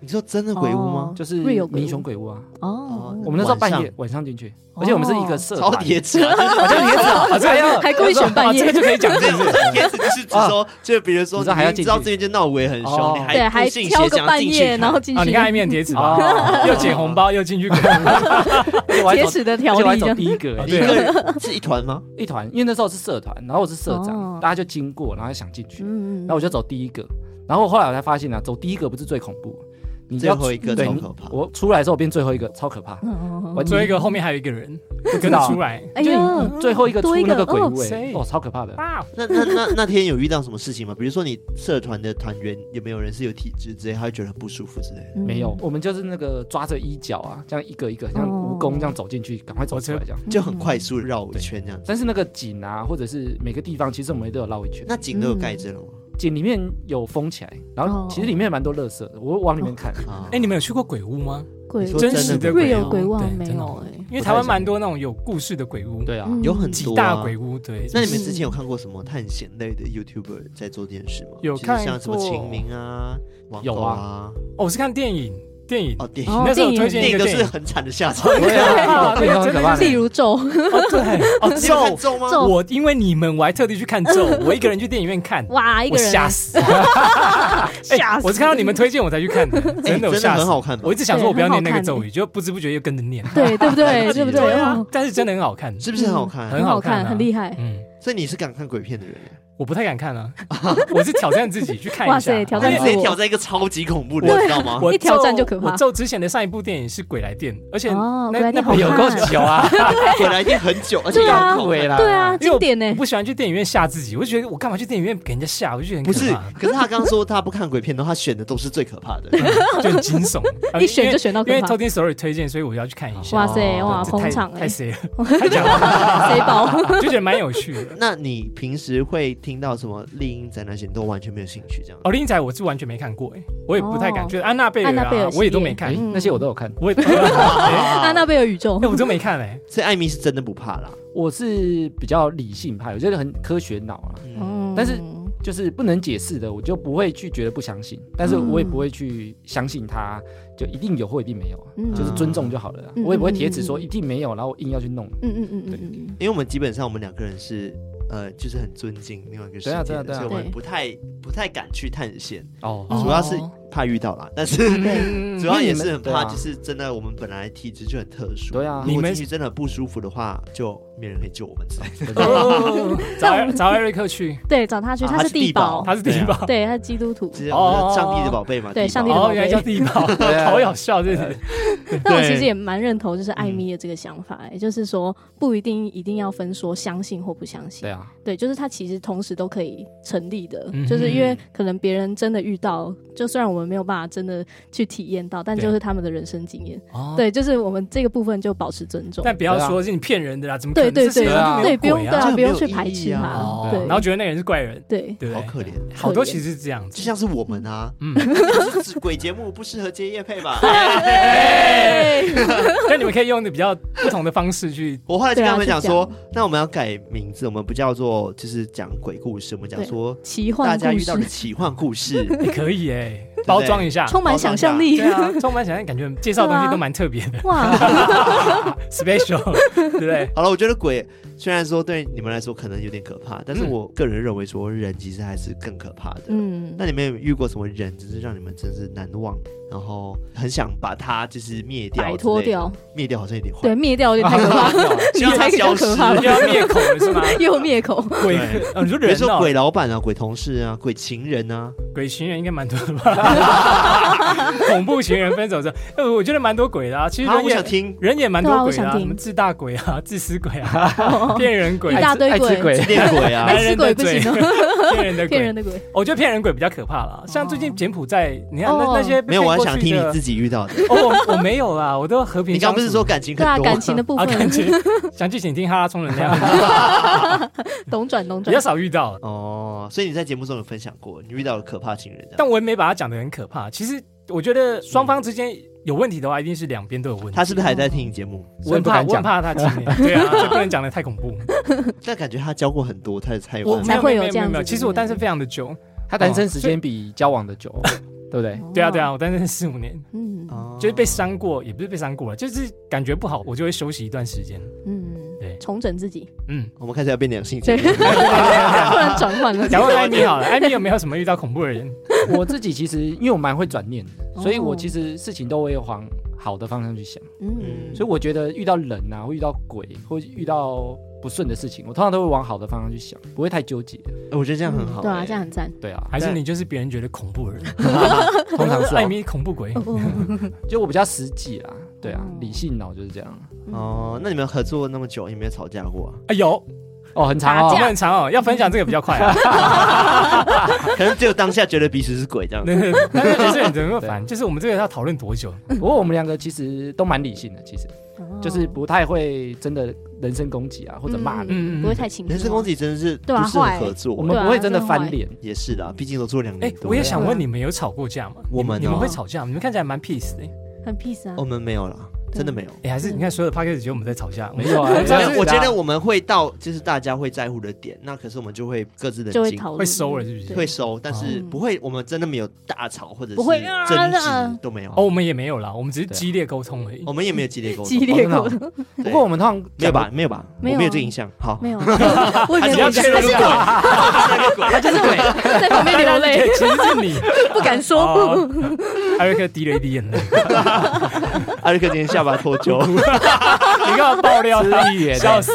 Speaker 1: 你说真的鬼屋吗？
Speaker 4: 就是
Speaker 2: Real 嗯鬼屋
Speaker 4: 民雄鬼屋啊。
Speaker 2: 哦
Speaker 1: 哦，
Speaker 4: 我们那时候半
Speaker 1: 晚
Speaker 4: 夜
Speaker 1: 上
Speaker 4: 晚上进去，而且我们是一个社
Speaker 1: 超
Speaker 4: 团，
Speaker 1: 铁齿啊， 就是
Speaker 4: 好像也 是
Speaker 3: 这个
Speaker 4: 啊，
Speaker 3: 要
Speaker 2: 还故意选半夜
Speaker 3: 哦这个就可以讲，
Speaker 1: 对，
Speaker 3: 这个
Speaker 1: 我的意思就是只说，就比如说，
Speaker 4: 你知道还要
Speaker 1: 明明
Speaker 4: 进
Speaker 1: 知道
Speaker 4: 去
Speaker 1: 这边就闹鬼很凶，
Speaker 4: 哦
Speaker 1: 你
Speaker 2: 对，还
Speaker 1: 不信
Speaker 2: 挑
Speaker 1: 邪
Speaker 2: 个
Speaker 1: 想要
Speaker 2: 半
Speaker 1: 进去
Speaker 2: 夜，
Speaker 1: 看
Speaker 2: 然后进
Speaker 3: 哦，
Speaker 2: 去
Speaker 3: 你看面贴纸吧，
Speaker 4: 哦
Speaker 3: 又捡红包，又进去鬼屋，
Speaker 4: 我还
Speaker 2: 铁
Speaker 4: 走
Speaker 2: 齿的条
Speaker 4: 而且我还
Speaker 2: 例啊这
Speaker 4: 走
Speaker 2: 样
Speaker 4: 第一个、
Speaker 3: 哦
Speaker 4: 欸，
Speaker 1: 一
Speaker 3: 对
Speaker 1: 个 人是一团吗？
Speaker 4: 一团，因为那时候是社团，然后我是社长，
Speaker 2: 哦
Speaker 4: 大家就经过，然后想进去，
Speaker 2: 嗯嗯
Speaker 4: 然后我就走第一个，然后后来我才发现啊，走第一个不是最恐怖，你
Speaker 1: 最
Speaker 4: 要
Speaker 1: 后一个
Speaker 4: 对
Speaker 1: 超
Speaker 4: 你
Speaker 1: 可怕。
Speaker 4: 我出来的时候变最后一个，超可怕。
Speaker 2: 嗯
Speaker 4: 我
Speaker 3: 最后一个后面还有一个人
Speaker 4: 哦不
Speaker 3: 跟
Speaker 4: 知
Speaker 3: 着
Speaker 4: 道
Speaker 3: 出，来，
Speaker 2: 哎
Speaker 4: 就
Speaker 2: 呀，
Speaker 4: 你最后一个出
Speaker 2: 多一个
Speaker 4: 那个鬼屋
Speaker 2: 哦
Speaker 4: 欸，
Speaker 3: 谁
Speaker 4: 哦，超可怕的。
Speaker 3: 哇，
Speaker 1: 那那那那天有遇到什么事情吗？比如说你社团的团员有没有人是有体质之类，他会觉得很不舒服之类的？
Speaker 2: 嗯
Speaker 4: 没有，我们就是那个抓着衣角啊，这样一个一个像
Speaker 2: 哦
Speaker 4: 蜈蚣这样走进去，赶快走出来这样。
Speaker 1: 就很快速绕一圈这样子。
Speaker 4: 但是那个井啊，或者是每个地方，其实我们都有绕一
Speaker 2: 嗯
Speaker 4: 圈。
Speaker 1: 那井都有盖着了吗？
Speaker 4: 井里面有封起来，然
Speaker 2: 哦
Speaker 4: 后其实里面蛮多垃圾的，我往里面看，
Speaker 1: 啊，
Speaker 3: 哎，你们有去过鬼屋吗？
Speaker 2: 鬼
Speaker 1: 你说
Speaker 3: 真实的鬼
Speaker 2: real
Speaker 3: 屋，
Speaker 2: 鬼屋好像
Speaker 3: 对
Speaker 2: 没
Speaker 3: 真的
Speaker 2: 有哎，
Speaker 3: 因为台湾蛮多那种有故事的鬼屋，
Speaker 4: 对啊，
Speaker 2: 嗯
Speaker 1: 有很
Speaker 3: 几
Speaker 1: 多啊
Speaker 3: 大鬼屋，对。
Speaker 1: 那你们之前有看过什么探险类的 YouTuber 在做这件事吗？
Speaker 3: 有
Speaker 1: 就是
Speaker 3: 看
Speaker 1: 像什么
Speaker 3: 过
Speaker 1: 秦明啊、网
Speaker 4: 有
Speaker 1: 友
Speaker 4: 啊
Speaker 1: 啊，
Speaker 3: 哦，我是看电影，电影
Speaker 1: 哦，电
Speaker 2: 哦
Speaker 1: 影
Speaker 3: 那时候有推
Speaker 1: 电
Speaker 3: 荐
Speaker 1: 影
Speaker 3: 一个
Speaker 1: 都
Speaker 3: 电
Speaker 1: 是
Speaker 3: 影，
Speaker 1: 很惨的下场。
Speaker 4: 对 啊，
Speaker 3: 对
Speaker 4: 对啊，
Speaker 3: 真的
Speaker 4: 很可怕
Speaker 2: 例如咒，
Speaker 3: 哦对， 哦
Speaker 1: 你有看
Speaker 3: 咒
Speaker 1: 中吗？
Speaker 2: 咒
Speaker 3: 我因为你们，我还特地去看咒， 我一个人去电影院看，
Speaker 2: 哇，一
Speaker 3: 我
Speaker 2: 个人
Speaker 3: 吓死，吓死！我是看到你们推荐我才去看的，
Speaker 1: 哎
Speaker 3: 真的我吓
Speaker 1: 很
Speaker 3: 死。
Speaker 1: 好看吧
Speaker 3: 我一？直想说我不要念那个咒语，就不知不觉又跟着念。
Speaker 2: 对对不对？
Speaker 1: 自己
Speaker 2: 对不对？
Speaker 1: 对啊
Speaker 2: 哦
Speaker 3: 但是真的很好看，
Speaker 1: 是不是很好看？
Speaker 3: 啊很好看啊
Speaker 2: 很厉害。
Speaker 3: 嗯，
Speaker 1: 所以你是敢看鬼片的人耶，
Speaker 3: 我不太 敢看啊，我是挑战自己去看
Speaker 2: 哇
Speaker 3: 一
Speaker 2: 塞
Speaker 3: 下。
Speaker 2: 挑
Speaker 1: 那
Speaker 2: 战
Speaker 1: 你
Speaker 2: 自
Speaker 1: 直
Speaker 2: 己
Speaker 1: 接挑战一个超级恐怖的，你知道吗？
Speaker 3: 我
Speaker 2: 一挑战就可怕
Speaker 3: 咒我咒之前的上一部电影是《鬼来电》，而且
Speaker 2: 哦鬼
Speaker 3: 那
Speaker 2: 来电
Speaker 3: 那
Speaker 2: 好
Speaker 3: 部
Speaker 2: 看
Speaker 3: 有够久啊，
Speaker 1: 鬼来电很久，而且
Speaker 2: 对
Speaker 1: 要
Speaker 2: 啊
Speaker 1: 恐怖
Speaker 4: 鬼啦，
Speaker 2: 对啊，
Speaker 3: 因为
Speaker 2: 经
Speaker 3: 我
Speaker 2: 典呢。
Speaker 3: 我。不喜欢去电影院吓自己，我觉得我干嘛去电影院给人家吓，我就觉得很
Speaker 1: 不是
Speaker 3: 可怕，
Speaker 1: 可是他刚刚说他不看鬼片的话，他选的都是最可怕的。
Speaker 3: 就很惊悚
Speaker 2: 一选就选到
Speaker 3: 因为
Speaker 2: 可
Speaker 3: 因为
Speaker 2: 怕
Speaker 3: 偷，听 story 推荐，所以我要去看一下。
Speaker 2: 哇塞
Speaker 1: 哦
Speaker 2: 哇，
Speaker 3: 这
Speaker 2: 捧
Speaker 3: 太
Speaker 2: 场哎
Speaker 3: 太，谁了，
Speaker 2: 谁包？
Speaker 3: 就觉得蛮有趣的。
Speaker 1: 那你平时会听到什么丽音宅男些，你都完全没有兴趣这样？
Speaker 3: 哦，林仔我是完全没看过，哎，我也不太敢
Speaker 2: 哦
Speaker 3: 去。安娜贝尔
Speaker 2: 安娜贝尔
Speaker 3: 啊
Speaker 2: 系，列
Speaker 3: 我也都没看
Speaker 4: 哎，，那些我都有
Speaker 2: 嗯
Speaker 4: 看。
Speaker 3: 我也 哎
Speaker 2: 安 娜贝尔宇 宙
Speaker 3: 哎，我都没看哎。
Speaker 1: 所以艾米是真的不怕啦。
Speaker 4: 我是比较理性派，我觉得很科学脑啊，
Speaker 1: 嗯，
Speaker 2: 嗯
Speaker 4: 但是就是不能解释的，我就不会去觉得不相信，但是我也不会去相信它，就一定有或一定没有啊，
Speaker 2: 嗯
Speaker 4: 就是尊重就好了啊。
Speaker 2: 嗯
Speaker 4: 我也不会
Speaker 2: 嗯
Speaker 4: 铁齿说
Speaker 2: 嗯
Speaker 4: 一定没有，然后我硬要去弄。
Speaker 2: 嗯嗯嗯嗯嗯，
Speaker 1: 因为我们基本上我们两个人是呃，就是很尊敬另外一个世界
Speaker 4: 对啊对啊
Speaker 1: 的，
Speaker 4: 对啊
Speaker 1: 所以我们
Speaker 2: 对
Speaker 1: 不太不太敢去探险。
Speaker 4: 哦
Speaker 1: 主要是怕遇到啦，但是
Speaker 3: 嗯
Speaker 1: 主要也是
Speaker 4: 因为
Speaker 1: 很
Speaker 4: 你们对
Speaker 1: 怕，
Speaker 4: 啊
Speaker 1: 就是真的我们本来体质就很特殊，
Speaker 4: 对啊
Speaker 1: 如
Speaker 3: 你
Speaker 1: 果
Speaker 3: 们
Speaker 1: 进去真的不舒服的话，就没人可以救 我们之类的。
Speaker 3: 哦找找艾瑞克去，
Speaker 2: 对，找他去，
Speaker 1: 啊
Speaker 2: 他
Speaker 1: 他
Speaker 2: 是
Speaker 1: 是地
Speaker 2: 地保，
Speaker 3: 他是地堡，
Speaker 2: 对，啊他是基督徒。
Speaker 1: 这是我们的上帝的宝贝嘛？
Speaker 2: 哦对
Speaker 1: 地
Speaker 2: 上
Speaker 1: 堡
Speaker 2: 帝的宝
Speaker 3: 哦，
Speaker 2: 贝
Speaker 3: 原来叫地堡，
Speaker 4: 对啊
Speaker 3: 好有效，这是
Speaker 2: 但我其
Speaker 3: 对
Speaker 2: 实也蛮认同，就是艾米的这个想法、也就是说不一定一定要分说相信或不相信
Speaker 4: 对，啊，
Speaker 2: 对，就是它其实同时都可以成立的，
Speaker 3: 嗯哼
Speaker 2: 就是因为可能别人真的遇到，就虽然我们没有办法真的去体验到，但
Speaker 3: 对
Speaker 2: 就是他们的人生经验，
Speaker 3: 哦，
Speaker 2: 对，就是我们这个部分就保持尊重，
Speaker 3: 但不要
Speaker 4: 对啊
Speaker 3: 说是你骗人的啦，怎么可
Speaker 2: 对
Speaker 3: 能？
Speaker 2: 对
Speaker 3: 这世
Speaker 2: 对
Speaker 3: 界
Speaker 4: 对啊
Speaker 3: 上
Speaker 2: 对，
Speaker 3: 一
Speaker 2: 不
Speaker 3: 定有
Speaker 2: 用
Speaker 3: 鬼
Speaker 2: 对
Speaker 3: 啊，
Speaker 1: 这个
Speaker 2: 啊，不
Speaker 1: 没有
Speaker 2: 用去
Speaker 1: 意义
Speaker 2: 排斥
Speaker 1: 啊
Speaker 2: 他
Speaker 3: 哦，，
Speaker 2: 对，
Speaker 3: 然后觉得那个人是怪人，
Speaker 2: 对
Speaker 3: 对不
Speaker 1: 好
Speaker 3: 对？
Speaker 1: 可怜，
Speaker 3: 好多其实是这样
Speaker 1: 就
Speaker 3: 子，
Speaker 1: 像是我们 啊，
Speaker 3: 嗯，
Speaker 1: 是鬼节目不适合接夜配吧？
Speaker 2: 啊对，
Speaker 3: 但你们可以用的比较不同的方式去，
Speaker 1: 我后来就
Speaker 2: 对
Speaker 1: 跟
Speaker 2: 啊
Speaker 1: 他们讲说
Speaker 2: 就，
Speaker 1: 那我们要改名字，我们不叫做就是讲鬼故事，我们讲说
Speaker 2: 奇
Speaker 1: 大
Speaker 2: 幻
Speaker 1: 家
Speaker 2: 故
Speaker 1: 遇
Speaker 2: 事
Speaker 1: 到的奇幻故事。
Speaker 3: 也可以哎，包装一下，
Speaker 2: 充满想象力
Speaker 3: 对，啊，充满想象，感觉介绍的东西都蛮特别的
Speaker 2: 哇，
Speaker 3: ，special，对不对？
Speaker 1: 好了，我觉得鬼虽然说对你们来说可能有点可怕，但是我个人认为说人其实还是更可怕的。
Speaker 2: 嗯
Speaker 1: 那，你们有遇过什么人，只是让你们真是难忘，然后很想把它就是灭掉之类的、
Speaker 2: 摆脱掉，
Speaker 1: 灭掉好像有点坏。
Speaker 2: 对，灭掉就太可怕，你
Speaker 1: 希望它
Speaker 2: 才比较
Speaker 1: 消
Speaker 2: 可
Speaker 1: 失
Speaker 2: 怕
Speaker 3: 又
Speaker 2: 吧，
Speaker 3: 要灭口了是吗？
Speaker 2: 又 灭口，
Speaker 3: 鬼
Speaker 1: 对，
Speaker 3: 哦你 说
Speaker 1: 比如
Speaker 3: 啊人
Speaker 1: 说
Speaker 3: 哦，
Speaker 1: 鬼老板啊、鬼同事啊、鬼情人啊，
Speaker 3: 鬼情人应该蛮多的吧？ 恐怖情人分手之后，哎，我觉得蛮多鬼的啊。其实
Speaker 1: 啊，
Speaker 3: 人
Speaker 1: 我想
Speaker 3: 也
Speaker 1: 听
Speaker 3: 人也蛮多
Speaker 2: 对
Speaker 3: 鬼的
Speaker 2: 啊我想
Speaker 3: 啊，
Speaker 2: 听
Speaker 3: 什么自大鬼啊、自私鬼啊、骗人 鬼
Speaker 1: 哎
Speaker 2: 一、大堆
Speaker 4: 爱吃
Speaker 2: 鬼
Speaker 4: 鬼，
Speaker 1: 恋鬼 啊
Speaker 3: 男
Speaker 2: 爱，吃
Speaker 3: 人
Speaker 2: 哎鬼
Speaker 3: 的
Speaker 2: 不
Speaker 3: 嘴、
Speaker 2: 行哦
Speaker 3: 骗人的
Speaker 2: 骗人
Speaker 3: 鬼。
Speaker 2: 的鬼，
Speaker 3: 我觉得骗人鬼比较可怕啦。像最近柬埔寨，你看那
Speaker 2: 哦
Speaker 3: 那些
Speaker 1: 没有，我还想听你自
Speaker 3: 己。
Speaker 1: 己遇到的。
Speaker 3: 哦，我我没有啦，我都和平
Speaker 1: 你
Speaker 3: 相
Speaker 1: 刚
Speaker 3: 处。
Speaker 1: 不是说感情
Speaker 2: 对
Speaker 1: 很
Speaker 2: 啊，
Speaker 1: 多？
Speaker 2: 感情的部
Speaker 3: 啊？感
Speaker 2: 分，
Speaker 3: 情详细请听哈拉充 能量，
Speaker 2: 懂转懂
Speaker 3: 比较
Speaker 2: 转，
Speaker 3: 少遇到，
Speaker 1: 哦，所以你在节目中有分享过，你遇到了可怕情人这样，
Speaker 3: 但我也没把它讲得很可怕。其实我觉得双方之间有问题的话，一定是两边都有问题。
Speaker 1: 他是不是还在听你节目？
Speaker 3: 我很
Speaker 4: 不
Speaker 3: 怕，
Speaker 4: 敢
Speaker 3: 我很
Speaker 4: 讲。
Speaker 3: 怕他今 年，对啊，就不能讲的太恐怖。
Speaker 1: 但感觉他教过很多，他的才有
Speaker 3: 我
Speaker 1: 办
Speaker 3: 没
Speaker 1: 法
Speaker 2: 才
Speaker 3: 有
Speaker 2: 会有
Speaker 3: 没有
Speaker 2: 这样
Speaker 3: 没有没有。
Speaker 2: 子
Speaker 3: 其实
Speaker 2: 的
Speaker 3: 我
Speaker 2: 人
Speaker 3: 单身非常的久，
Speaker 4: 他单
Speaker 3: 哦
Speaker 4: 身时间比交 往的久，对不对？
Speaker 3: 对啊对啊，，我单身四五年，
Speaker 2: 哦嗯
Speaker 1: 哦
Speaker 3: 就是被伤过，也不是被伤过了，就是感觉不好，我就会休息一段时间。
Speaker 2: 嗯，
Speaker 3: 对
Speaker 2: 重整自 己，
Speaker 3: 嗯，
Speaker 1: 我们开始要变两性节
Speaker 2: 对，
Speaker 1: 目
Speaker 2: 突，然转换了，
Speaker 3: 讲问艾米好了，艾米有没有什么遇到恐怖的人？
Speaker 4: 我自己其实因为我蛮会转念的，所以
Speaker 2: 哦
Speaker 4: 我其实事情都会往好的方向去想。
Speaker 2: 嗯，
Speaker 4: 所以我觉得遇到人啊，或遇到鬼，或遇到不顺的事情，我通常都会往好的方向去想，不会太纠结。
Speaker 1: 哎 我觉得这样很好。
Speaker 2: 对啊，
Speaker 1: 哎
Speaker 2: 这样很赞，
Speaker 4: 对啊，
Speaker 3: 还是你就是别人觉得恐怖的人？
Speaker 4: 通常是、
Speaker 3: 艾
Speaker 4: 啊、
Speaker 3: 米恐怖鬼
Speaker 2: 哦，
Speaker 3: 嗯
Speaker 2: 哦
Speaker 4: 就我比较实际啦。对啊
Speaker 2: 哦，
Speaker 4: 理性脑就是这样。
Speaker 1: 哦，那你们合作那么久，有没有吵架过啊？
Speaker 3: 哎有，
Speaker 4: 哦，很长
Speaker 3: 我
Speaker 4: 哦
Speaker 3: 们。很长哦，要分享这个比较快啊。
Speaker 1: 可能只有当下觉得彼此是鬼这样。
Speaker 3: 对对对但是就是很怎么烦，就是我们这个要讨论多久？
Speaker 4: 不过我们两个其实都蛮理性的，其实
Speaker 2: 哦
Speaker 4: 就是不太会真的人身攻击啊，或者骂人。
Speaker 3: 嗯嗯嗯
Speaker 2: 不会太情绪化，
Speaker 1: 人身攻击真的是
Speaker 2: 对啊
Speaker 1: 不适合
Speaker 2: 坏
Speaker 1: 合作，
Speaker 4: 我们不啊会真的翻脸，
Speaker 1: 也是的，毕竟都做两
Speaker 3: 哎
Speaker 1: 年，多。
Speaker 3: 我也想问你们有吵过架吗？
Speaker 1: 我们哦
Speaker 3: 你们会吵架吗？你们看起来蛮 peace 的。
Speaker 2: 很 peace 啊
Speaker 1: 哦我，们没有啦，
Speaker 2: 对
Speaker 1: 真的没有。
Speaker 3: 哎，还是你看所有的 p o d c a s t 觉得我们在吵架，
Speaker 4: 没有啊
Speaker 3: 我们
Speaker 4: 这
Speaker 3: 上
Speaker 1: 没
Speaker 4: 样
Speaker 3: 次
Speaker 1: 有，我
Speaker 4: 子的啊
Speaker 1: 觉得我们会到就是大家会在乎的点，那可是我们就会各自冷
Speaker 2: 就会
Speaker 1: 静，
Speaker 2: 讨论，
Speaker 3: 会收了是不是
Speaker 2: 对
Speaker 1: 会收，但是
Speaker 2: 哦
Speaker 1: 不会，我们真的没有大吵或者是
Speaker 2: 不会啊
Speaker 1: 争
Speaker 2: 啊
Speaker 1: 执都没有。
Speaker 3: 哦，我们也没有啦，我们只是
Speaker 4: 对啊
Speaker 3: 激烈沟通而已
Speaker 1: 我。们也没有激烈沟通
Speaker 2: 激，烈过
Speaker 4: 哦真不过我们通常
Speaker 1: 没有吧？？没有吧？
Speaker 2: 没有
Speaker 1: 我
Speaker 2: 啊
Speaker 1: 没有这个印象。好，
Speaker 2: 没有 啊，我也没有
Speaker 3: 他只要
Speaker 2: 讲，还是
Speaker 3: 确认
Speaker 2: 鬼，啊
Speaker 4: 他就是鬼，
Speaker 2: 在旁边流 泪，
Speaker 3: 其实是你，
Speaker 2: 不敢说，
Speaker 3: 哦艾瑞克滴了一滴眼泪，
Speaker 1: 艾瑞克今天下巴脱臼。
Speaker 3: 你干嘛爆料他？
Speaker 4: 一眼
Speaker 3: 笑死！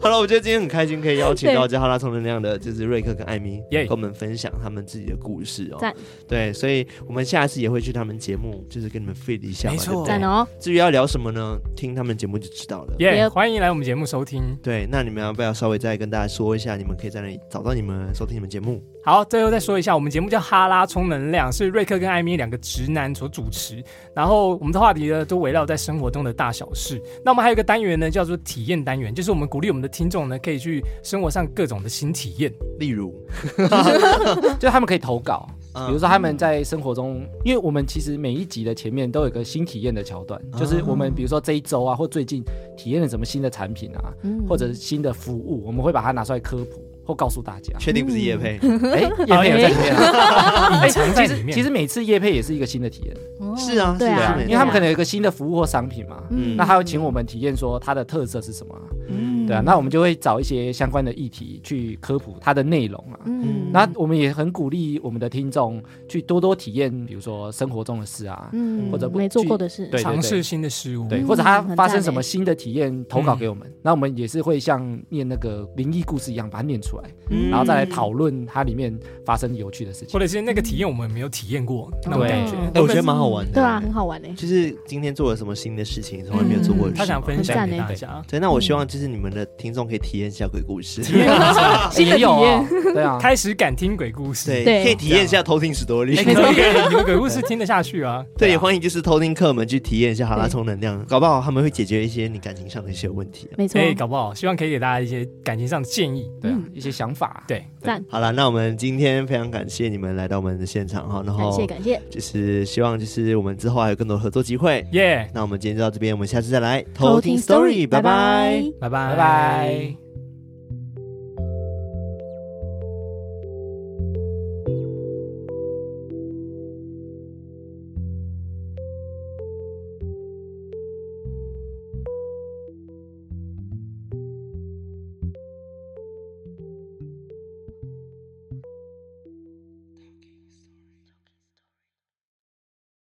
Speaker 1: 好了，我觉得今天很开心，可以邀请到这哈拉充能量的，就是瑞克跟艾米，
Speaker 3: 耶
Speaker 1: 跟我们分享他们自己的故事哦
Speaker 2: 赞。
Speaker 1: 对，所以我们下次也会去他们节目，就是跟你们 feed 一下嘛。
Speaker 3: 没错
Speaker 1: 对不对
Speaker 2: 赞哦，
Speaker 1: 至于要聊什么呢？听他们节目就知道了。
Speaker 3: 耶，
Speaker 2: Yep
Speaker 3: 欢迎来我们节目收听。
Speaker 1: 对，那你们要不要稍微再跟大家说一下，你们可以在哪里找到你们收听你们节目？
Speaker 3: 好，最后再说一下，我们节目叫《哈拉充能量》，是瑞克跟艾米两个直男所主持。然后我们的话题呢，都围绕在生活中的大小事。那我们还有一个单元呢，叫做体验单元，就是我们鼓励我们的听众呢，可以去生活上各种的新体验。
Speaker 1: 例如，
Speaker 4: 就他们可以投稿，
Speaker 1: 嗯
Speaker 4: 比如说他们在生活中，因为我们其实每一集的前面都有一个新体验的桥段，就是我们比如说这一周啊，或最近体验了什么新的产品啊，
Speaker 2: 嗯
Speaker 4: 或者是新的服务，我们会把它拿出来科普或告诉大家。
Speaker 1: 确定不是叶配？
Speaker 4: 哎，叶佩有在里面啊。
Speaker 3: 隐藏在
Speaker 4: 其
Speaker 3: 里
Speaker 4: 实
Speaker 3: 面。
Speaker 4: 其实每次叶佩也是一个新的体验，
Speaker 2: 哦
Speaker 1: 是啊
Speaker 2: 对
Speaker 1: 是
Speaker 2: 啊
Speaker 1: 啊，
Speaker 4: 因为他们可
Speaker 2: 对啊
Speaker 4: 能有一个新的服务或商品嘛，
Speaker 1: 嗯
Speaker 4: 那他会请我们体验说它的特色是什么啊，
Speaker 2: 嗯
Speaker 4: 对啊，那我们就会找一些相关的议题去科普它的内容啊。
Speaker 2: 嗯
Speaker 4: 那我们也很鼓励我们的听众去多多体验，比如说生活中的事啊，
Speaker 2: 嗯
Speaker 4: 或者不
Speaker 2: 没做
Speaker 4: 去
Speaker 2: 过的事，
Speaker 4: 对
Speaker 3: 尝试新的事物。
Speaker 4: 对，
Speaker 2: 嗯
Speaker 4: 或者他
Speaker 2: 很
Speaker 4: 发
Speaker 2: 赞
Speaker 4: 生什么
Speaker 2: 欸
Speaker 4: 新的体验投稿给我们，那我们也是会像念那个灵异故事一样把它念出来，
Speaker 1: 嗯
Speaker 4: 然后再来讨论它里面发生有趣的事
Speaker 3: 或
Speaker 4: 情。
Speaker 3: 者是那个体验我们没有体验过那种
Speaker 4: 对
Speaker 3: 感觉，
Speaker 2: 嗯
Speaker 1: 哎我觉得蛮好玩的。
Speaker 2: 对啊，，很好玩哎，
Speaker 1: 就是今天做了什么新的事情，从来没有做过的
Speaker 2: 嗯
Speaker 1: 事。
Speaker 3: 他想分享给
Speaker 2: 很赞
Speaker 3: 大
Speaker 4: 欸
Speaker 3: 家。
Speaker 1: 对，那我希望就是你们的听众可以体验一下鬼故事，
Speaker 4: 欸也有哦，对啊，
Speaker 3: 开始敢听鬼故事，
Speaker 1: 对，
Speaker 2: 对
Speaker 1: 可以体验一下偷听史多利
Speaker 3: 哎，。可以可以，你们鬼故事听得下去啊？
Speaker 1: 对，也
Speaker 4: 啊
Speaker 1: 欢迎就是偷听客们去体验一下好拉
Speaker 2: 对
Speaker 1: 充能量，搞不好他们会解决一些你感情上的一些问题啊。
Speaker 2: 没错
Speaker 3: 哎、，搞不好，希望可以给大家一些感情上的建议。
Speaker 4: 对啊
Speaker 2: 嗯，
Speaker 4: 一些想法。
Speaker 3: 对，
Speaker 2: 赞，
Speaker 1: 好了，那我们今天非常感谢你们来到我们的现场哈，然
Speaker 2: 感
Speaker 1: 后
Speaker 2: 谢感谢，
Speaker 1: 就是希望就是我们之后还有更多合作机会。
Speaker 3: 耶、
Speaker 1: 那我们今天就到这边，我们下次再来偷听 story，拜拜。
Speaker 3: 拜拜
Speaker 4: 拜拜